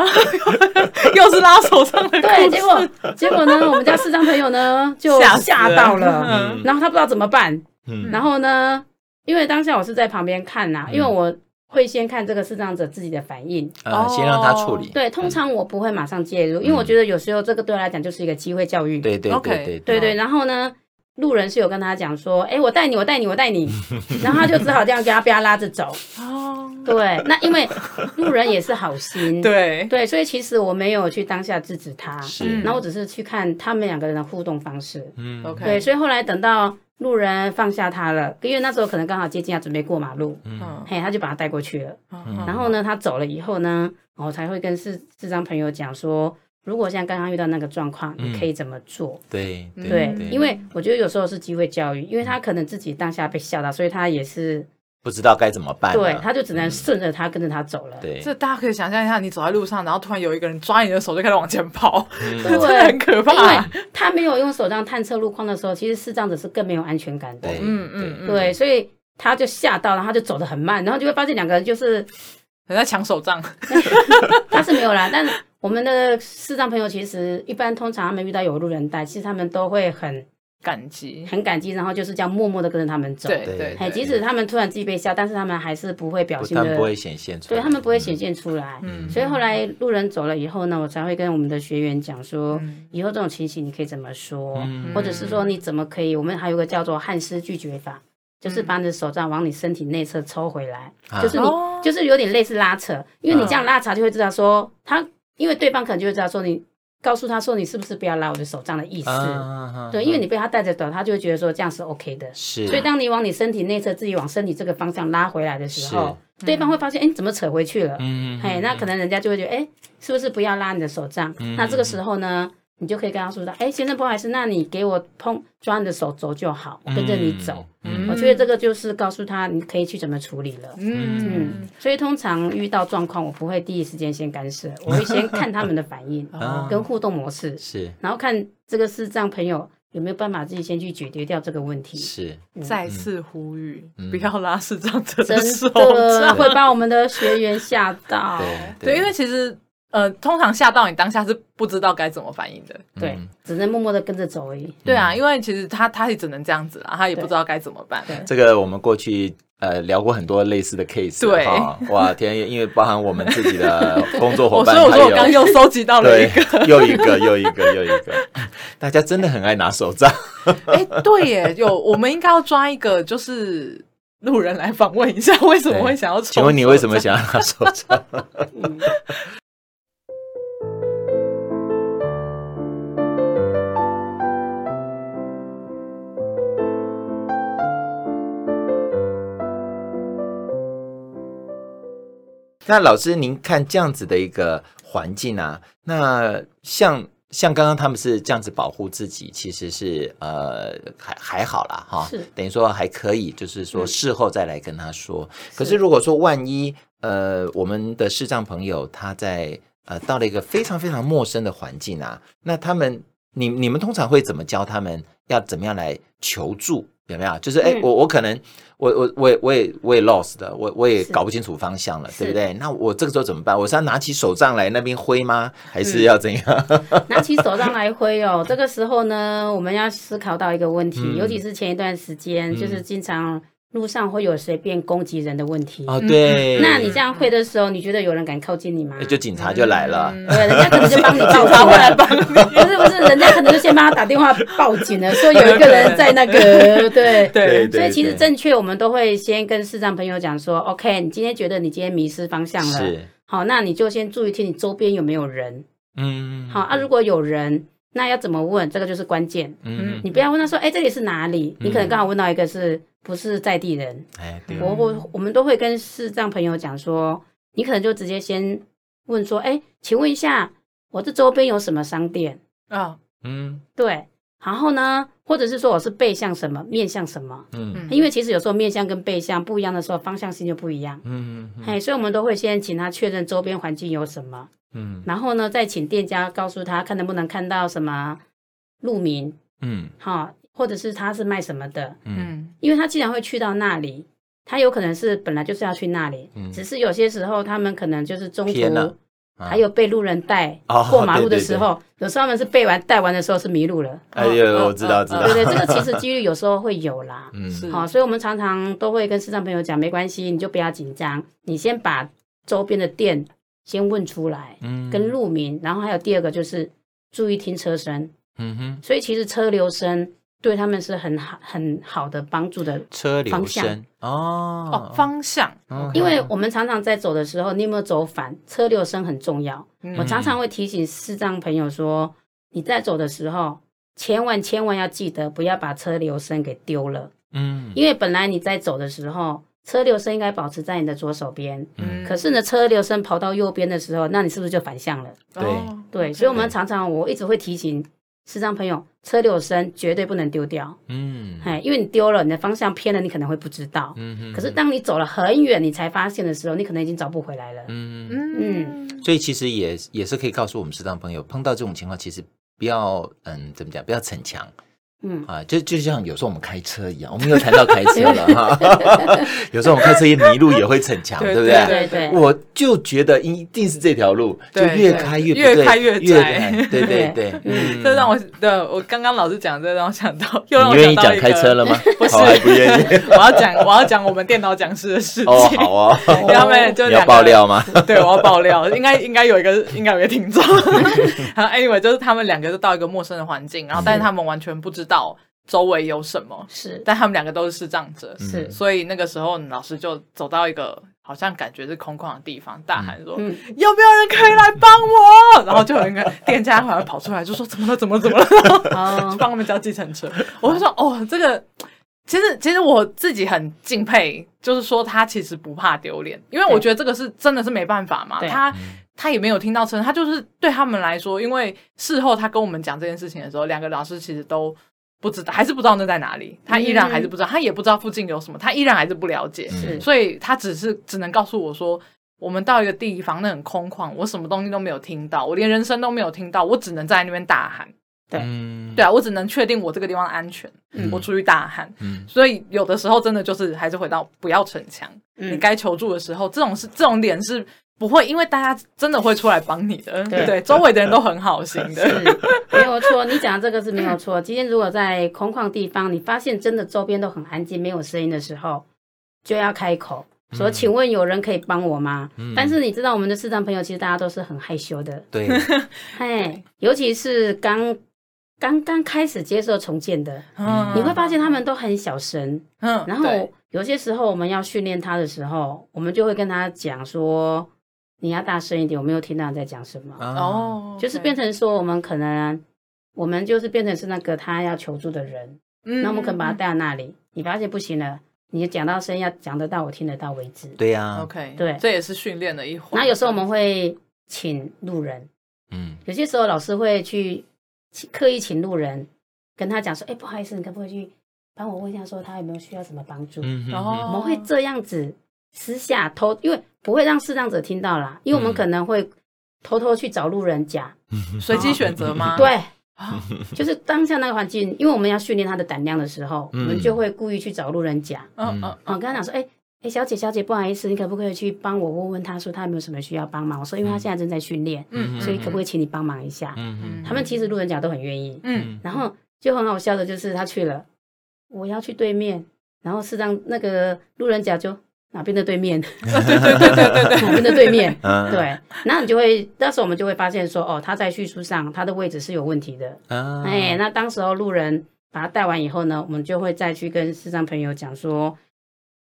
S1: 又是拉手上的
S3: 对，
S1: 裤
S3: 结
S1: 子，
S3: 果结果呢，我们家视障朋友呢就
S1: 吓死
S3: 吓到了，
S1: 嗯
S3: 然后他不知道怎么办。
S2: 嗯
S3: 然后呢，因为当下我是在旁边看呐、
S1: 嗯
S3: 因为我会先看这个视障者自己的反应。
S2: 呃，先让他处理，
S3: 对，通常我不会马上介
S1: 嗯
S3: 入，因为我觉得有时候这个对他来讲就是一个机会教育。
S2: 对对对
S1: OK
S2: 对
S3: 对对，，然后呢，路人是有跟他讲说，哎，我带你，我带你，我带你，然后他就只好这样给他被他拉着走。
S1: 哦，
S3: 对，那因为路人也是好心，
S1: 对，
S3: 对所以其实我没有去当下制止他，
S2: 是
S3: 然后我只是去看他们两个人的互动方式。
S2: 嗯
S1: OK
S3: 对，所以后来等到路人放下他了，因为那时候可能刚好接近他准备过马路，
S1: 嗯
S3: 嘿，他就把他带过去了。
S1: 嗯
S3: 然后呢，他走了以后呢，我才会跟视视障朋友讲说，如果像刚刚遇到那个状况，你可以怎么做？
S2: 对
S3: 对，
S1: 嗯
S3: 因为我觉得有时候是机会教育，因为他可能自己当下被吓到，所以他也是
S2: 不知道该怎么办了，
S3: 对，他就只能顺着他跟着他走了。
S2: 对
S1: 这大家可以想象一下，你走在路上，然后突然有一个人抓你的手就开始往前跑，真
S2: 嗯
S3: 对
S1: 的很可
S3: 因
S1: 怕。
S3: 为他没有用手杖探测路况的时候，其实视障者是更没有安全感的。
S2: 对
S1: 嗯嗯嗯，
S3: 对，所以他就吓到，然后他就走得很慢，然后就会发现两个 人就是
S1: 人在抢手杖，
S3: 他是没有啦，但我们的视障朋友其实一般通常他们遇到有路人带，其实他们都会很
S1: 感激。
S3: 很感激，然后就是这样默默的跟着他们走。
S1: 对
S2: 对
S1: 对，
S3: 哎，
S1: 对
S3: 即使他们突然自己被吓，但是他们还是不会表
S2: 不
S3: 现
S2: 他们
S3: 的
S2: 不，会显现出来，
S3: 对他们不会显现出来。
S1: 嗯
S3: 所以后来路人走了以后呢，我才会跟我们的学员讲说，
S1: 嗯
S3: 以后这种情形你可以怎么说，
S2: 嗯
S3: 或者是说你怎么可以？我们还有个叫做汗湿拒绝法，就是把你的手杖往你身体内侧抽回来，
S2: 嗯啊嗯
S3: 就是你、
S1: 哦
S3: 就是有点类似拉扯，因为你这样拉扯就会知道说他，因为对方可能就会知道说你告诉他说你是不是不要拉我的手杖的意思，
S2: 啊
S3: 对，因为你被他带着走，他就会觉得说这样是 OK 的。
S2: 是，
S3: 所以，当你往你身体内侧自己往身体这个方向拉回来的时候，对方会发现，哎，你怎么扯回去了？
S2: 嗯
S3: 哎，那可能人家就会觉得，哎，是不是不要拉你的手杖？那这个时候呢，你就可以跟他说到，哎，先生不好意思，那你给我碰抓你的手走就好，我跟着你走。
S5: 嗯，
S3: 我觉得这个就是告诉他你可以去怎么处理了。
S1: 嗯
S3: 嗯，所以通常遇到状况，我不会第一时间先干涉，我会先看他们的反应
S5: 啊
S3: 嗯跟互动模式，
S5: 是
S3: 然后看这个视障朋友有没有办法自己先去解决掉这个问 题。
S5: 是，
S2: 嗯
S1: 再次呼吁，
S5: 嗯
S1: 不要拉视障者
S3: 真
S1: 手
S3: 的
S1: 杖。
S3: 会把我们的学员吓到。
S5: 对
S1: 对，因为其实呃，通常吓到你当下是不知道该怎么反应的。
S3: 对
S5: 嗯，
S3: 只能默默的跟着走而已。
S1: 对
S2: 嗯
S1: 啊，因为其实他他也只能这样子啦，他也不
S3: 对
S1: 知道该怎么办。
S3: 对
S2: 这个我们过去呃聊过很多类似的 case，
S1: 对
S2: 哈哇天，因为包含我们自己的工作伙
S1: 我
S2: 伴，
S1: 所以我
S2: 还
S1: 说我
S2: 有
S1: 刚又收集到了一
S2: 对
S1: 个，
S2: 又一个又一个又一个， 大家真的很爱拿手杖，
S1: 哎，对耶，有我们应该要抓一个就是路人来访问一下，为什么会想要抽手杖？
S2: 请问你为什么想要拿手杖？
S3: 嗯，
S2: 那老师，您看这样子的一个环境啊，那像像刚刚他们是这样子保护自己，其实是呃还还好啦哈，
S3: 是
S2: 等于说还可以，就是说
S3: 嗯
S2: 事后再来跟他说。可是如果说万一呃我们的视障朋友他在呃到了一个非常非常陌生的环境啊，那他们你你们通常会怎么教他们要怎么样来求助？有没有？就是哎、
S3: 嗯
S2: 我我可能我我我也我也我也 lost 的，我我也
S3: 是
S2: 搞不清楚方向了，对不
S3: 是
S2: 对？那我这个时候怎么办？我是要拿起手杖来那边挥 吗？还是要怎
S3: 嗯
S2: 样？
S3: 拿起手杖来挥 哦。这个时候呢，我们要思考到一个问题，
S2: 嗯
S3: 尤其是前一段时间，就是经常路上会有随便攻击人的问题。
S2: 哦，对，哎
S3: 嗯那你这样挥的时候，你觉得有人敢靠近你吗？
S2: 就警察就来了，
S1: 嗯
S3: 对，人家可能就帮你报
S1: 他
S3: 警
S1: 会来
S3: 了。
S1: 帮你。
S3: 不是不是，人家可能就先帮他打电话报警了，说有一个人在那个对。
S1: 对
S2: 对
S3: 所以其实
S2: 对
S3: 正确，我们都会先跟视障朋友讲说，OK，你今天觉得你今天迷失方向了，
S2: 是，
S3: 好，那你就先注意听你周边有没有人，
S2: 嗯，
S3: 好啊，如果有人，那要怎么问？这个就是关键。
S2: 嗯，
S3: 你不要问他说，哎、这里是哪里？你可能刚好问到一个是不是在地人？
S2: 哎，对，
S3: 我我我们都会跟视障朋友讲说，你可能就直接先问说，哎、请问一下，我这周边有什么商店？
S1: 啊，
S2: 嗯
S3: 对，然后呢，或者是说我是背向什么，面向什么？
S2: 嗯
S1: 嗯
S3: 因为其实有时候面向跟背向不一样的时候，方向性就不一样。
S2: 嗯
S3: 哎，所以我们都会先请他确认周边环境有什么，
S2: 嗯
S3: 然后呢，再请店家告诉他看能不能看到什么路名，
S2: 嗯
S3: 哈、或者是他是卖什么的，
S2: 嗯，
S1: 嗯
S3: 因为他既然会去到那里，他有可能是本来就是要去那里，
S2: 嗯
S3: 只是有些时候他们可能就是嗯中
S2: 偏了啊
S3: 途还有被路人带、
S2: 哦
S3: 过马路
S2: 对
S3: 的
S2: 对
S3: 时候，嗯有时候他们是被完带完的时候是迷路 了，
S2: 哎呦，我知道知道
S3: 对，对，这个其实几率有时候会有啦。
S2: 嗯
S1: 是
S3: 好、所以我们常常都会跟视障朋友讲，没关系，你就不要紧张，你先把周边的店先问出来，
S2: 嗯
S3: 跟路名，然后还有第二个就是注意听车声。
S2: 嗯哼
S3: 所以其实车流声对他们是很好很好的帮助的，
S2: 车流
S3: 方向
S2: 声哦
S1: 哦，方向，
S2: 嗯
S3: 因为我们常常在走的时候，你有没有走反？车流声很重要。
S1: 嗯
S3: 我常常会提醒视障朋友说，你在走的时候，千万千万要记得不要把车流声给丢了。
S2: 嗯
S3: 因为本来你在走的时候，车流声应该保持在你的左手边，
S1: 嗯
S3: 可是呢，车流声跑到右边的时候，那你是不是就反向了？
S1: 哦
S2: 对
S3: 对，所以我们常常我一直会提醒视障朋友，车流声绝对不能丢掉，
S2: 嗯
S3: 哎，因为你丢了，你的方向偏了，你可能会不知道。
S2: 嗯
S3: 哎可是当你走了很远，你才发现的时候，你可能已经找不回来了。
S2: 嗯
S1: 嗯
S2: 所以其实也也是可以告诉我们适当朋友，碰到这种情况，其实不要嗯怎么讲，不要逞强
S3: 嗯，
S2: 啊，就就像有时候我们开车一样，我们又谈到开车了哈， 有时候我们开车也迷路也会逞强，
S1: 对
S2: 对啊嗯不
S1: 对
S2: 对？
S3: 对对，
S2: 我就觉得一定是这条路，就
S1: 对
S2: 越开越不
S1: 越
S2: 对
S1: 开越窄
S2: 开对 对对，嗯
S1: 这让我对我刚刚老师讲这让我想到，又
S4: 嗯
S1: 让
S2: 你
S1: 我
S2: 愿意
S1: 想到
S2: 讲
S1: 一
S2: 开
S1: 个
S2: 车了吗？
S1: 不是
S2: 好
S4: 啊
S2: 还不愿意
S1: 我要讲 我要讲我们电脑讲师的事情。
S2: 哦，好哦，
S1: 他们 就
S2: 你
S1: 两
S2: 要
S1: 个
S2: 爆料吗？
S1: 对，我要爆料，应该应该有一个应该有一个听 众。然后 anyway，就是他们两个就到一个陌生的环境，然后
S2: 嗯
S1: 但是他们完全不知道周围有什么，
S3: 是
S1: 但他们两个都是视障者，
S2: 嗯
S3: 是，
S1: 所以那个时候老师就走到一个好像感觉是空旷的地方，大喊说：“
S3: 嗯
S1: 有没有人可以来帮我？”然后就有一个店家好像跑出来就说：“怎么了？怎么了怎么了？”然后
S3: 哦，
S1: 帮他们叫计程车。我就说哦，这个其实其实我自己很敬佩，就是说他其实不怕丢脸，因为我
S3: 对
S1: 觉得这个是真的是没办法嘛，
S3: 对
S1: 他。他也没有听到称，他就是对他们来说，因为事后他跟我们讲这件事情的时候，两个老师其实都不知道，还是不知道那在哪里，他依然还是不知道，他也不知道附近有什么，他依然还是不了解，
S3: 嗯是
S1: 所以他只是只能告诉我说，我们到一个地方，那很空旷，我什么东西都没有听到，我连人声都没有听到，我只能在那边大喊，
S3: 对
S4: 嗯，
S1: 对啊，我只能确定我这个地方安全，
S3: 嗯
S1: 我出去大喊，
S4: 嗯，
S1: 所以有的时候真的就是还是回到不要逞强，你
S3: 嗯，
S1: 该求助的时候，这种是这种点是不会，因为大家真的会出来帮你的，
S3: 对
S1: 对，周围的人都很好心
S3: 是
S1: 的，
S3: 没有错，你讲这个是没有错。今天如果在空旷地方，你发现真的周边都很安静，没有声音的时候，就要开口
S2: 嗯
S3: 说：“请问有人可以帮我吗？”但是你知道，我们的市场朋友其实大家都是很害羞的，
S4: 嗯 对，
S3: 哎，尤其是刚刚刚开始接受重建的，
S1: 嗯
S3: 你会发现他们都很小声。
S1: 嗯
S3: 然
S1: 对
S3: 后有些时候我们要训练他的时候，我们就会跟他讲说：“你要大声一点，我没有听到你在讲什么。”
S4: 啊，
S1: 哦，
S3: 就是变成说，我们可能我们就是变成是那个他要求助的人，
S1: 嗯，
S3: 那我们可能把他带到那里，你发现不行了，你讲到声音要讲得到，我听得到为止。
S4: 对呀，
S1: 嗯 OK，
S3: 对
S1: 这也是训练的一环。
S3: 那有时候我们会请路人，
S4: 嗯，
S3: 有些时候老师会去请刻意请路人，跟他讲说：“哎，不好意思，你可不可以去帮我问一下，说他有没有需要什么帮助？”
S4: 嗯，
S1: 然
S3: 我
S1: 后
S3: 们会这样子私下偷，因为不会让视障者听到啦，因为我们
S4: 嗯
S3: 可能会偷偷去找路人甲，
S1: 随机选择吗？
S3: 对，
S1: 啊，
S3: 就是当下那个环境，因为我们要训练他的胆量的时候，
S4: 嗯
S3: 我们就会故意去找路人甲，
S1: 嗯
S4: 嗯
S1: 嗯
S3: 我跟他讲说，哎、哎，小姐，小姐，不好意思，你可不可以去帮我问问他说他有没有什么需要帮忙？我说，因为他现在正在训练，
S1: 嗯，
S3: 所以可不可
S1: 以？
S3: 以请你帮忙一下？
S4: 嗯
S3: 他们其实路人甲都很愿意。
S1: 嗯，
S3: 然后就很好笑的就是他去了，我要去对面，然后是让那个路人甲就哪边的对面，
S1: 对对对对对
S3: 哪
S1: 对
S3: 边的对面，
S4: 嗯，
S3: 对，那你就会，那时候我们就会发现说，哦，他在叙述上他的位置是有问题的。
S4: 啊，
S2: 嗯
S3: 哎，那当时候路人把他带完以后呢，我们就会再去跟视障朋友讲说，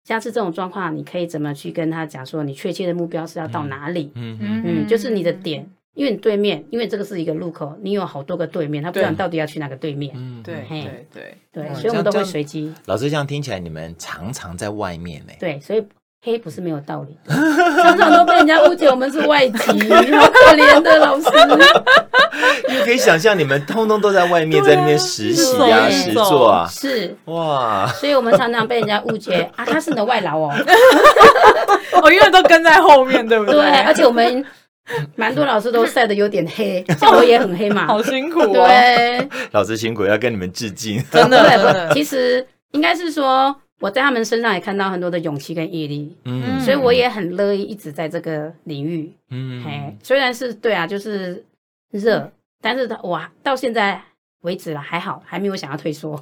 S3: 下次这种状况你可以怎么去跟他讲说，你确切的目标是要到哪里？
S4: 嗯，
S1: 嗯
S3: 嗯，就是你的点，因为你对面，因为这个是一个路口，你有好多个对面，他不知道
S1: 对
S3: 你到底要去哪个对面。
S4: 嗯，
S1: 对
S3: 嘿
S1: 对对
S3: 对，
S1: 嗯
S3: 所以我们都
S4: 哦这
S3: 会
S4: 样
S3: 随机。
S4: 老师这样听起来，你们常常在外面呢。
S3: 对，所以黑不是没有道理， 常常都被人家误解我们是外籍，好可怜的老师。
S4: 因为可以想象你们通通都在外面，
S1: 对啊
S4: 在那边实习
S3: 对
S4: 啊、实做啊，
S3: 是，
S4: 哇，
S3: 所以我们常常被人家误解啊，他是你的外 劳哦。
S1: 对，哦，因为都跟在后面，对不
S3: 对，而且我们蛮多老师都晒得有点黑，像我也很黑嘛。
S1: 好辛苦哦，
S3: 对，
S4: 老师辛苦，要跟你们致敬。
S1: 真的真
S3: 对，
S1: 的，
S3: 其实应该是说我在他们身上也看到很多的勇气跟毅力，
S1: 嗯
S3: 所以我也很乐意一直在这个领域。嘿
S4: 嗯，，
S3: 虽然是对啊，就是热，但是我到现在为止了，还好，还没有想要退缩。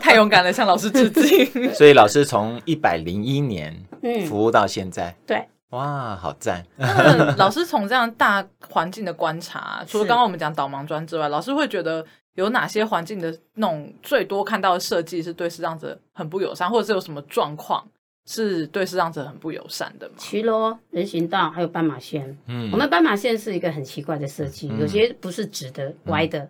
S1: 太勇敢了，向老师致敬。
S4: 所以老师从一百零一年
S3: 嗯，
S4: 服务到现在，
S3: 对，
S4: 哇，好赞，
S1: 那老师从这样大环境的观察，除了刚刚我们讲导盲砖之外，老师会觉得有哪些环境的那种最多看到的设计是对视障者很不友善，或者是有什么状况是对视障者很不友善的吗？
S3: 骑楼、人行道还有斑马线，
S4: 嗯
S3: 我们斑马线是一个很奇怪的设计，
S4: 嗯
S3: 有些不是直的、歪的、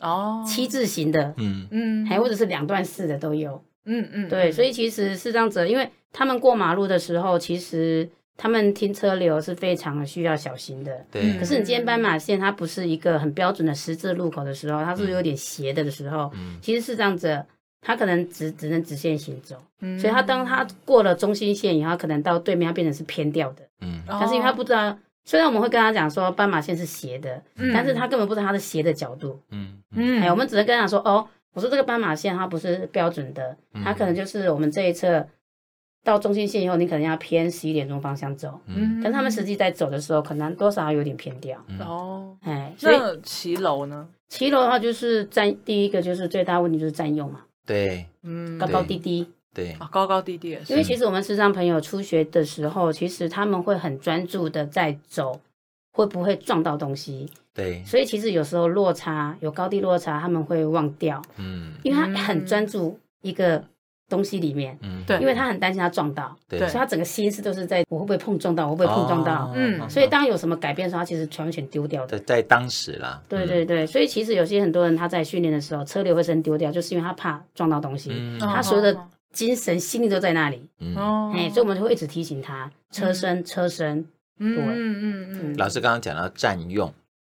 S1: 哦，
S3: 七字形的，
S4: 嗯
S1: 嗯，
S3: 还或者是两段式的都有。
S1: 嗯嗯，
S3: 对，所
S1: 以
S3: 以其实视障者，因为他们过马路的时候，其实他们停车流是非常需要小心的。
S4: 对
S3: 可是你今天斑马线它不是一个很标准的十字路口的时候，它是有点斜的的时候，
S4: 嗯
S3: 其实视障者他可能只只能直线行走，
S1: 嗯
S3: 所以他当他过了中心线以后，他可能到对面他变成是偏掉的。
S4: 嗯
S1: 哦
S3: 但是因为他不知道，虽然我们会跟他讲说斑马线是斜的，
S1: 嗯
S3: 但是他根本不知道他的斜的角度。
S4: 嗯
S1: 嗯
S3: 哎，我们只能跟他说哦，我说这个斑马线它不是标准的，它可能就是我们这一侧到中心线以后，你可能要偏十一点钟方向走。
S1: 嗯，
S3: 但是他们实际在走的时候，可能多少有点偏掉。
S1: 哦，
S3: 哎，所以
S1: 那骑楼呢？
S3: 骑楼的话就是占第一个就是最大问题就是占用嘛，
S4: 对
S1: 嗯，
S3: 高高低低。
S4: 对
S1: 啊，高高低低也是
S3: 因为其实我们视障朋友初学的时候，其实他们会很专注的在走，会不会撞到东西。
S4: 对，
S3: 所以其实有时候落差有高低落差，他们会忘掉，
S4: 嗯
S3: 因为他
S1: 嗯
S3: 很专注一个东西里面，
S4: 嗯
S1: 对
S3: 因为他很担心他撞到，
S4: 对
S3: 所以他整个心思都是在我会不会碰撞到，我会不会碰撞
S4: 哦
S3: 到。
S2: 哦
S1: 嗯
S3: 所以当有什么改变的时候，他其实全完全丢掉的。
S4: 在在当时啦，嗯
S3: 对对对，所以其实有些很多人他在训练的时候，车流会先丢掉，就是因为他怕撞到东西，
S4: 嗯
S3: 他所有的精神、心力都在那里。
S4: 嗯
S1: 哦，
S3: 哎哎、所以我们就会一直提醒他车身、车身，
S1: 嗯
S3: 对
S1: 嗯嗯嗯，
S2: 老师刚刚讲到占用，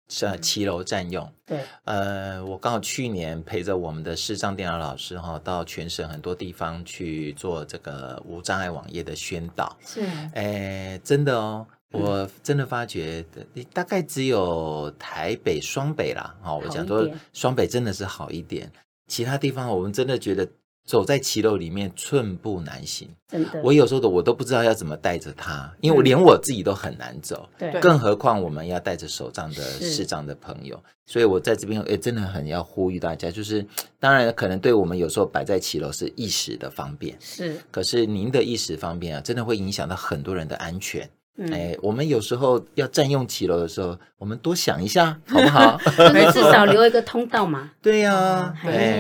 S2: 是
S4: 呃
S2: 啊骑楼占用。
S3: 对，
S1: 嗯
S2: 呃，我刚好去年陪着我们的视障电脑老师哈、到全省很多地方去做这个无障碍网页的宣导。
S3: 是
S2: 哎，真的哦，我真的发觉，呃大概只有台北、双北啦，哈、我
S3: 好
S2: 讲
S3: 一
S2: 说
S3: 点
S2: 双北真的是好一点，其他地方我们真的觉得走在骑楼里面寸步难行。
S3: 真的。
S2: 我有时候的我都不知道要怎么带着它，因
S3: 嗯
S2: 为我连我自己都很难走。
S3: 对
S1: 对
S2: 更何况我们要带着手杖的
S3: 是
S2: 视障的朋友，所以我在这边也真的很要呼吁大家，就是当然可能对我们有时候摆在骑楼是一时的方便，
S3: 是，
S2: 可是您的一时方便啊，真的会影响到很多人的安全。
S3: 嗯，
S2: 哎，我们有时候要占用骑楼的时候，我们多想一下，好不 好？
S3: 就是至少留一个通道嘛。
S2: 对呀、
S3: 嗯
S2: 哎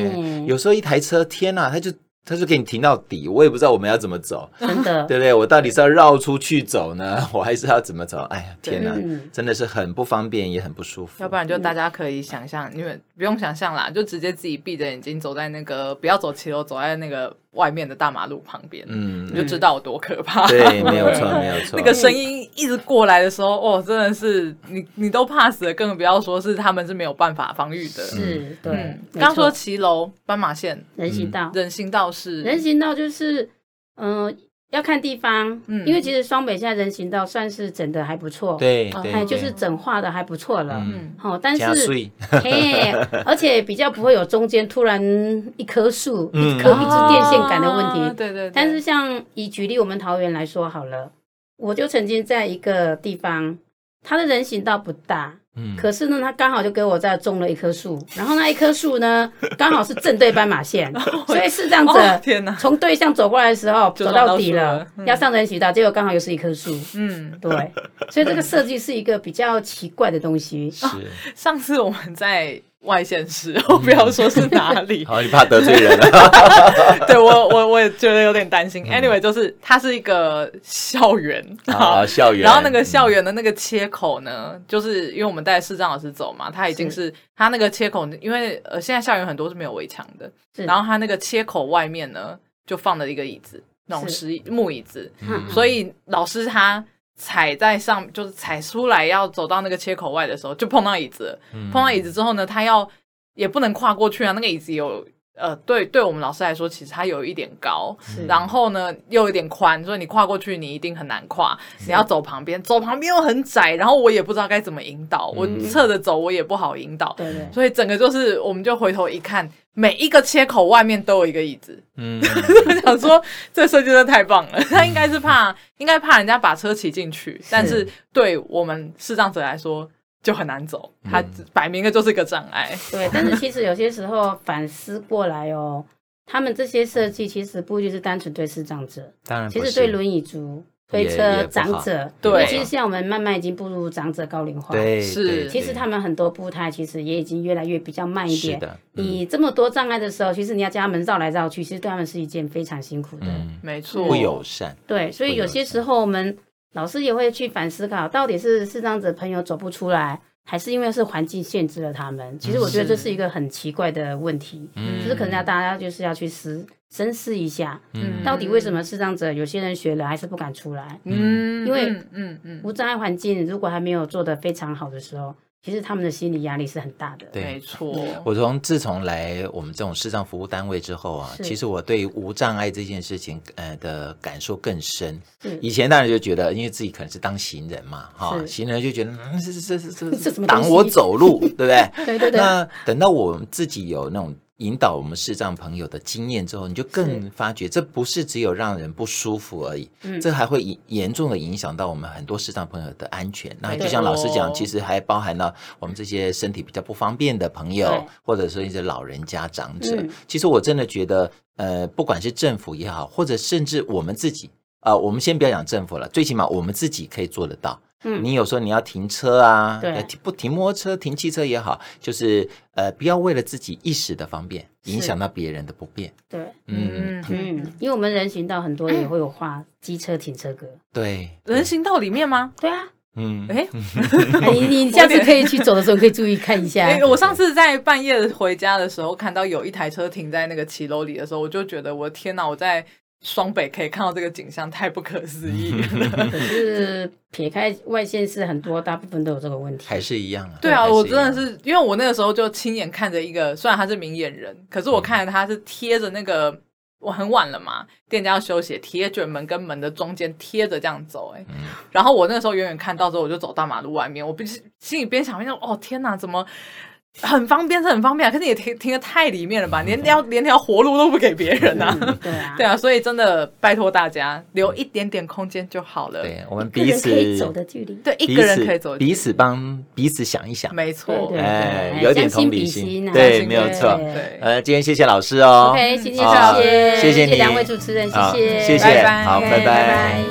S3: 嘿，
S2: 有时候一台车，天哪，他就他就给你停到底，我也不知道我们要怎么走。
S3: 真的，
S2: 对不对？我到底是要绕出去走呢， 我还是要怎么走？哎呀，
S1: 对
S2: 天哪，
S3: 嗯
S2: 真的是很不方便，也很不舒服。
S1: 要不然就大家可以想象，你们不用想象啦，就直接自己闭着眼睛走在那个不要走骑楼，走在那个外面的大马路旁边，你
S2: 嗯，
S1: 就知道有多可怕。
S2: 对，没有错，没有错。
S1: 那个声音一直过来的时候，哦，真的是你你都怕死了，更不要说是他们是没有办法防御的。
S3: 是，对。
S1: 嗯，
S3: 没
S1: 刚说
S3: 错
S1: 骑楼、斑马线、
S3: 人行道，
S2: 嗯
S1: 人行道是
S3: 人行道就是，嗯、要看地方，
S1: 嗯
S3: 因为其实双北现在人行道算是整的还不错，，
S2: 对
S1: 哦
S2: 对，
S3: 哎，
S2: 对
S3: 就是整化的还不错了。
S2: 嗯
S1: 嗯
S3: 哦，但
S2: 加
S3: 是，
S2: 税，
S3: 嘿，而且比较不会有中间突然一棵树、
S2: 嗯
S3: 一棵一支电线杆的
S1: 啊
S3: 问题。
S1: 对对对，
S3: 但是像以举例我们桃园来说好了，我就曾经在一个地方，它的人行道不大，
S2: 嗯，
S3: 可是呢，它刚好就给我在种了一棵树，然后那一棵 树呢，刚好是正对斑马线，所以视障
S1: 哦
S3: 者
S1: 天哪，
S3: 从对向走过来的时候
S1: 就
S3: 走
S1: 撞
S3: 到
S1: 到
S3: 底
S1: 树
S3: 了
S1: 了嗯，
S3: 要上人行道，结果刚好又是一棵树。
S1: 嗯，
S3: 对，所以这个设计是一个比较奇怪的 东西。
S2: 是。
S1: 上次我们在外县市， 我不要说是哪 里，
S2: 好，你怕得罪人了。
S1: 对我我我也觉得有点担
S2: 嗯
S1: 心。Anyway，就是它是一个校园，
S2: 好，啊校园。嗯
S1: 然后那个校
S2: 园，
S1: 园的那个切口呢，就是因为我们带视障老师走嘛，他已经是他那个切口，因为呃现在校园很多是没有围墙的，
S3: 是
S1: 然后他那个切口外面呢就放了一个椅子，那种
S3: 是
S1: 石木椅子，
S2: 嗯
S1: 所以老师他踩在上，就是踩出来要走到那个切口外的时候，就碰到椅子了，碰到椅子之后呢，他要也不能跨过去啊，那个椅子有。呃，对，对我们老师来说，其实它有一点高，
S3: 是
S1: 然后呢又有点宽，所以你跨过去你一定很难跨，你要走旁边，走旁边又很窄，然后我也不知道该怎么引导，我侧着走我也不好引导，
S3: 对对，
S1: 所以整个就是我们就回头一看，每一个切口外面都有一个椅子，
S2: 嗯，
S1: 我 想说这设计真的太棒了，他应该是怕， 应该怕人家把车骑进去，但是对我们视障者来说就很难走，
S2: 嗯
S1: 他摆明了就是一个障碍。
S3: 对，但是其实有些时候反思过来哦，他们这些设计其实不一定是单纯对视障者，
S2: 当然不
S3: 其
S2: 是，
S3: 实对轮椅族、推
S2: 也也
S3: 车
S2: 不
S3: 长
S2: 好
S3: 者，
S1: 对
S3: 因为其实现在我们慢慢已经步入长者高龄化，
S2: 对，
S1: 是
S2: 对
S3: 其实他们很多步态其实也已经越来越比较慢一
S2: 是
S3: 点。
S2: 的，嗯
S3: 你这么多障碍的时候，其实你要叫他们绕来绕去，其实对他们是一件非常辛苦的。
S2: 嗯，
S1: 没错，
S2: 不友善，
S3: 对，所以有些时候我们老师也会去反思考，到底是视障者朋友走不出来，还是因为是环境限制了他们？其实我
S2: 嗯
S3: 觉得这是一个很奇怪的问题，
S1: 嗯
S3: 就是可能要大家就是要去思深思一下，
S1: 嗯
S3: 到底为什么视障者有些人学了还是不敢出来？
S1: 嗯，
S3: 因为
S1: 嗯嗯嗯
S3: 无障碍环境如果还没有做得非常好的时候，其实他们的心理压力是很大的。
S2: 对
S1: 没错，
S2: 我从自从来我们这种视障服务单位之后啊，
S3: 是
S2: 其实我对无障碍这件事情，呃的感受更深。
S3: 是
S2: 以前当然就觉得，因为自己可能是当行人嘛，哈、
S3: 是
S2: 行人就觉得，嗯，这这这这
S3: 这什么东西
S2: 挡我走路，对不对？
S3: 对对对，
S2: 那等到我们自己有那种引导我们视障朋友的经验之后，你就更
S3: 是
S2: 发觉，这不是只有让人不舒服而已，
S3: 嗯
S2: 这还会影严重的影响到我们很多视障朋友的安全。那
S1: 没
S2: 就像老师讲，
S1: 错
S2: 其实还包含了我们这些身体比较不方便的朋友
S3: 对，
S2: 或者说一些老人家、长者。
S3: 嗯
S2: 其实我真的觉得，呃，不管是政府也好，或者甚至我们自己。啊，我们先不要讲政府了，最起码我们自己可以做得到。
S3: 嗯，
S2: 你有时候你要停车啊，
S3: 对
S2: 要停不停摩托车、停汽车也好，就是呃，不要为了自己一时的方便，
S3: 是
S2: 影响到别人的不便。
S3: 对，
S2: 嗯，
S3: 嗯，因为我们人行道很多也会有画机车停车格。
S2: 对，
S1: 人行道里面吗？
S3: 对啊，
S2: 嗯，
S1: 哎、
S3: 哎你你下次可以去走的时候可以注意看一 下。
S1: 哎、我上次在半夜回家的时候，看到有一台车停在那个骑楼里的时候，我就觉得我天哪！我在双北可以看到这个景象，太不可思议 了。
S3: 可是撇开外县市，很多大部分都有这个问题。
S4: 还是一样啊。
S1: 对啊，
S4: 还是
S1: 我
S4: 一
S1: 真的
S4: 样
S1: 是，因为我那个时候就亲眼看着一个，虽然他是明眼人，可是我看着他是贴着那个，我很晚了嘛，店家要休息，贴着门跟门的中间贴着这样走、欸，
S4: 嗯
S1: 哎、然后我那个时候远远看到之后，我就走到马路外面，我不是心里边想，边想，哦天哪，怎么？很方便是很方便啊，可是也停停的太里面了
S4: 嗯
S1: 吧，连条连条活路都不给别人啊！
S3: 嗯对啊，
S1: 对啊，所以真的拜托大家留一点点空间就好了。
S4: 嗯对，我们
S3: 个
S4: 彼
S3: 人
S4: 此
S3: 可以走的距离。
S1: 对，一
S4: 彼
S1: 个人
S4: 此
S1: 可以走，
S4: 彼此帮彼此想一想。
S1: 没错。
S3: 对对
S4: 哎，
S3: 对
S4: 有点
S3: 将心
S4: 同理
S3: 比心
S4: 心，
S3: 啊
S1: 将
S4: 对，
S1: 心
S4: 没有
S1: 比
S4: 错
S3: 心。
S1: 对
S4: 呃，今天谢谢老师哦。
S3: OK，今天
S4: 好
S3: 谢
S4: 谢谢
S3: 谢
S4: 你
S3: 两位主持人，谢
S4: 好
S3: 谢，
S4: 谢谢
S1: 拜拜
S4: 好，
S1: OK，
S3: OK，
S4: 拜拜。
S3: 拜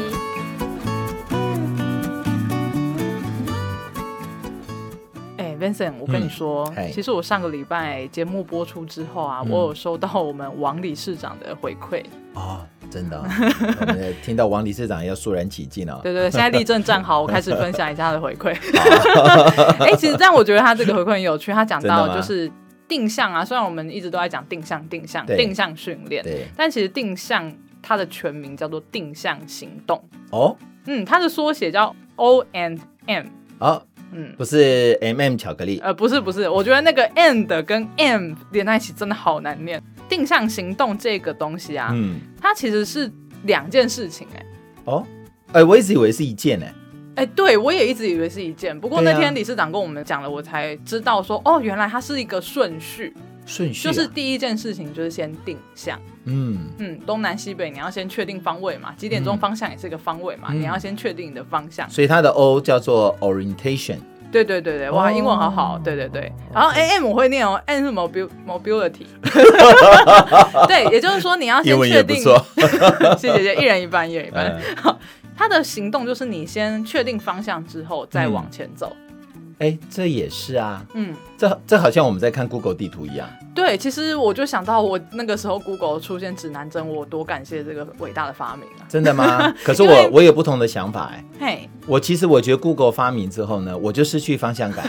S1: 哎、v i n c e n t 我
S2: 嗯
S1: 跟你说，
S2: 嗨
S1: 其实我上个礼拜节目播出之后啊，
S2: 嗯
S1: 我有收到我们王理事长的回馈。
S2: 哦，真的哦、 我们也听到王理事长要肃然起敬了、哦。
S1: 对对对，现在立正站好，我开始分享一下他的回馈。哎、其实但我觉得他这个回馈很有趣，他讲
S2: 真的
S1: 到
S2: 吗
S1: 就是定向啊，虽然我们一直都在讲定向、定向、
S2: 对
S1: 定向训练，
S2: 对
S1: 但其实定向它的全名叫做定向行动，
S2: 哦，
S1: 嗯，它的缩写叫 O and M，
S2: 好、
S1: 嗯。
S2: 哦不是 M、m 巧克力，
S1: 呃，不是不是，我觉得那个 and 跟 m 连在一起真的好难念。定向行动这个东西啊，
S2: 嗯，
S1: 它其实是两件事情、欸，哎
S2: 哦，哎、我一直以为是一件呢、
S1: 哎，对我也一直以为是一件，不过
S2: 对
S1: 那
S2: 啊
S1: 天理事长跟我们讲了，我才知道说，哦，原来它是一个顺序，
S2: 顺序、
S1: 就
S2: 啊、
S1: 是第一件事情就是先定向，
S2: 嗯，
S1: 嗯，东南西北你要先确定方位嘛，几点钟
S2: 嗯
S1: 方向也是一个方位嘛，
S2: 嗯
S1: 你要先确定你的方向。
S2: 所以它的 O 叫做 orientation，
S1: 对对对对，哇，
S2: 哦
S1: 英文好好，对对对。然后 A M 我会念哦，M 是 mobil mobility，对，也就是说你要先
S2: 英文也
S1: 确
S2: 不
S1: 定，
S2: 错
S1: 谢谢谢，一人一半，一人一半
S2: 嗯。
S1: 好，他的行动就是你先确定方向之后再往前走，
S2: 哎、这也是啊，
S1: 嗯。
S2: 这这好像我们在看 Google 地图一样，
S1: 对，其实我就想到我那个时候 Google 出现指南针，我多感谢这个伟大的发明啊！
S2: 真 的吗？可是
S1: 因为
S2: 我我有不同的想法哎、
S1: 嘿，
S2: 我其实我觉得 Google 发明之后呢，我就失去方 向感。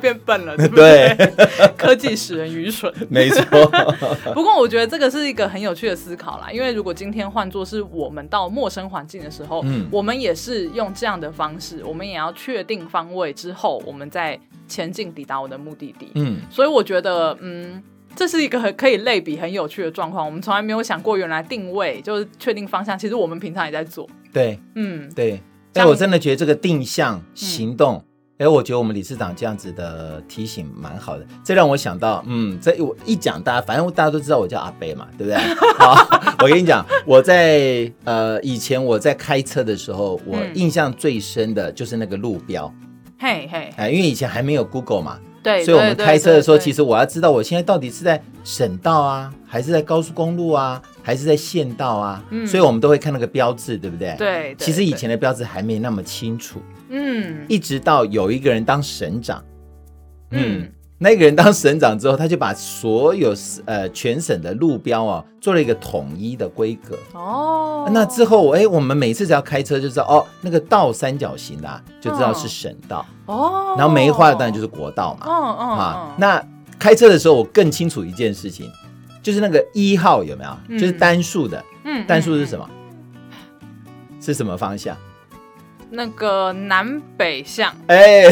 S1: 变笨了，对不对？
S2: 对，
S1: 科技使人愚蠢。
S2: 没错，
S1: 不过我觉得这个是一个很有趣的思考啦，因为如果今天换作是我们到陌生环境的时候，
S2: 嗯
S1: 我们也是用这样的方式，我们也要确定方位之后，我们再前进抵达我的目的地。
S2: 嗯，
S1: 所以我觉得，嗯，这是一个很可以类比很有趣的状况。我们从来没有想过，原来定位就是确定方向，其实我们平常也在做。
S2: 对
S1: 嗯，
S2: 对。
S1: 这
S2: 哎，
S1: 样嗯
S2: 我真的觉得这个定向行动，哎、我觉得我们理事长这样子的提醒蛮好的。这让我想到，嗯，这我一讲大家，反正大家都知道我叫阿贝嘛，对不对？好，我跟你讲，我在呃以前我在开车的时候，我
S1: 嗯
S2: 印象最深的就是那个路标，
S1: 嘿嘿，
S2: 哎、因为以前还没有 Google 嘛，
S1: 对，
S2: 所以我们开车的时候，其
S1: 实
S2: 实我要知道我现在到底是在省道啊，还是在高速公路啊，还是在县道啊？
S1: 嗯
S2: 所以我们都会看那个标志，对不对？。
S1: 对，对
S2: 其实以，前
S1: 对
S2: 的标志还没那么清楚，
S1: 嗯
S2: 一直到有一个人当省长，
S1: 嗯，
S2: 那个人当省长之后，他就把所有呃全省的路标啊做了一个统一的规格。
S1: 哦，
S2: 那之后，哎，我们每次只要开车就知道哦，那个倒三角形的、啊、就知道是省道，
S1: 哦，
S2: 然后梅花当然就是国道嘛。
S1: 嗯，嗯嗯
S2: 啊，那开车的时候我更清楚一件事情，就是那个一号有没有？
S1: 嗯
S2: 就是单数的，
S1: 嗯
S2: 单数是什
S1: 么？
S2: 么？是什么方向？
S1: 那个南北向，
S2: 哎，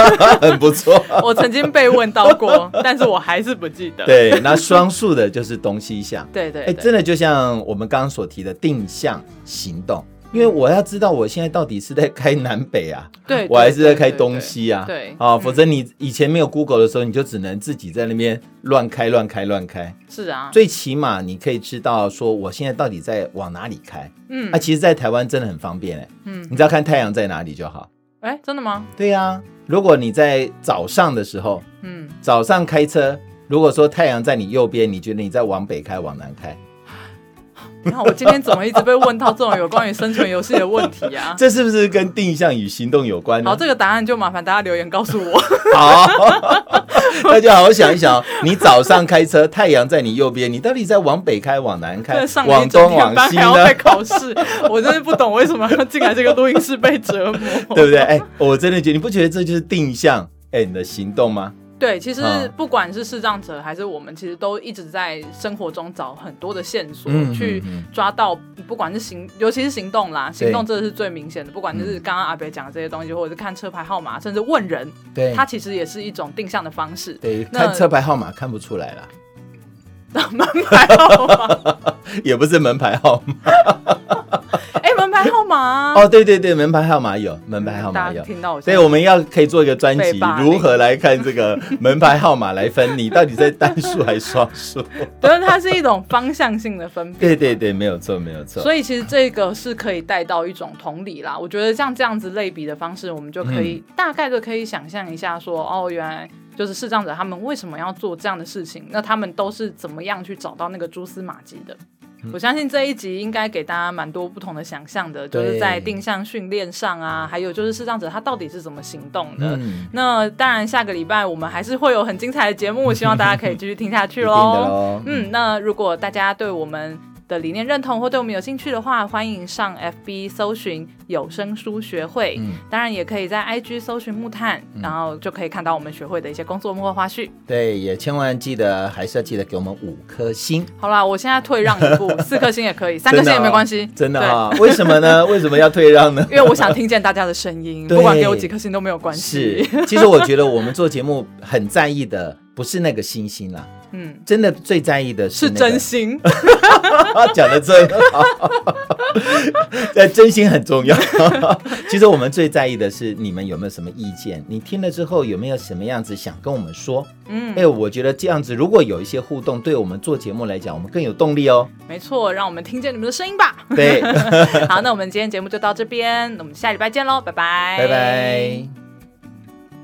S2: 很不错。
S1: 我曾经被问到 过，但是我还是不记得。
S2: 对，那双数的就是东西向。
S1: 对对
S2: 哎，
S1: 对，
S2: 真的就像我们刚刚所提的定向行动，因为我要知道我现在到底是在开南北啊，
S1: 对
S2: 我还是在开东。西啊。
S1: 对对对
S2: 啊，
S1: 嗯
S2: 否则你以前没有 Google 的时候，你就只能自己在那边乱开、乱开、乱开。
S1: 对对是啊，
S2: 最起码你可以知道说我现在到底在往哪里开。
S1: 嗯
S2: 啊，其实，在台湾真的很方便哎、
S1: 嗯，
S2: 你只要看太阳在哪里就好。
S1: 哎，真的吗？
S2: 对呀、如果你在早上的时候，
S1: 嗯，
S2: 早上开车，如果说太阳在你右边，你觉得你在往北开，往南开，
S1: 你看我今天怎么一直被问到这种有关于生存游戏的问题啊？
S2: 这是不是跟定向与行动有关呢？
S1: 好，这个答案就麻烦大家留言告诉我。
S2: 好， 大家好好想一想哦，你早上开车，太阳在你右边，你到底在往北开，往南开
S1: 那， 上了一
S2: 往
S1: 整
S2: 东
S1: 天
S2: 往
S1: 班
S2: 西
S1: 还要被
S2: 呢？
S1: 考试，我真是不懂为什么要进来这个录音室被折磨。
S2: 对不对？哎，我真的觉得你不觉得这就是定向？哎，你的行动吗？
S1: 对，其实
S6: 嗯
S1: 不管是视障者还是我们，其实都一直在生活中找很多的线索，
S6: 嗯
S1: 去
S6: 嗯
S1: 抓到，不管是行，尤其是行动啦，行动
S6: 对
S1: 这是最明显的。不管
S2: 嗯
S1: 就是刚刚阿北讲的这些东西，或者是看车牌号码，甚至问人，
S2: 对
S1: 它其实也是一种定向的方式。
S2: 对，
S1: 那
S2: 看车牌号码看不出来啦，
S1: 门牌号码，
S2: 也不是门牌号 码。
S1: 哎、门牌号码啊、
S2: 哦，对对对，门牌号码有，门牌号码
S1: 大家
S2: 有。
S1: 听到我
S2: 所
S1: 现
S2: 以
S1: 在，
S2: 我们要可以做一个专
S1: 被
S2: 辑
S1: 霸，凌
S2: 如何来看这个门牌号码来分你到底在单数还是双 数？
S1: 觉得它是一种方向性的分别。
S2: 对对对，没有错，没有错。
S1: 所以其实这个是可以带到一种同理啦。我觉得像这样子类比的方式，我们就可以、
S2: 嗯
S1: 大概的可以想象一下说，哦，原来就是视障者他们为什么要做这样的事情，那他们都是怎么样去找到那个蛛丝马迹的。
S2: 嗯
S1: 我相信这一集应该给大家蛮多不同的想象的，就是
S2: 对
S1: 在定向训练上啊，还有就是视障者他到底是怎么行动的。
S2: 嗯，
S1: 那当然，下个礼拜我们还是会有很精彩的节目，希望大家可以继续听下
S2: 一
S1: 去
S2: 定的
S1: 喽。
S2: 喽。
S1: 嗯，那如果大家对我们的理念认同或对我们有兴趣的话，欢迎上 FB 搜寻有声书学会，
S2: 嗯
S1: 当然也可以在 IG 搜寻木炭，然后就可以看到我们学会的一些工作幕后花絮。
S2: 对，也千万记得，还是要记得给我们五颗星，
S1: 好啦，我现在退让 一步，四颗星也可以，三颗星也没关系，
S2: 真的
S1: 对
S2: 啊、 为什么呢？为什么要退让呢？
S1: 因为我想听见大家的声 音，
S2: 对
S1: 不管给我几颗星都没有关
S2: 是
S1: 系。，
S2: 其实我觉得我们做节目很在意的不是那个星星啦，
S1: 嗯，
S2: 真的最在意的
S1: 是
S2: 是、那个、
S1: 真心，
S2: 讲的真好， 呃，真心很重要。 其实我们最在意的是你们有没有什么意见，你听了之后有没有什么样子想跟我们说？
S1: 嗯
S2: 哎、，我觉得这样子如果有一些互动，对我们做节目来讲，我们更有动力哦。
S1: 没错，让我们听见你们的声音吧。
S2: 对，
S1: 好，那我们今天节目就到这边，那我们下礼拜见喽，拜拜，
S2: 拜拜。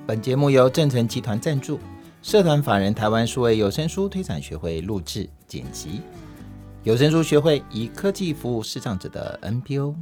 S2: 本节目由正成集团赞助，社团法人台湾数位有声书推展学会录制剪辑。有声书学会以科技服务视障者的 NPO。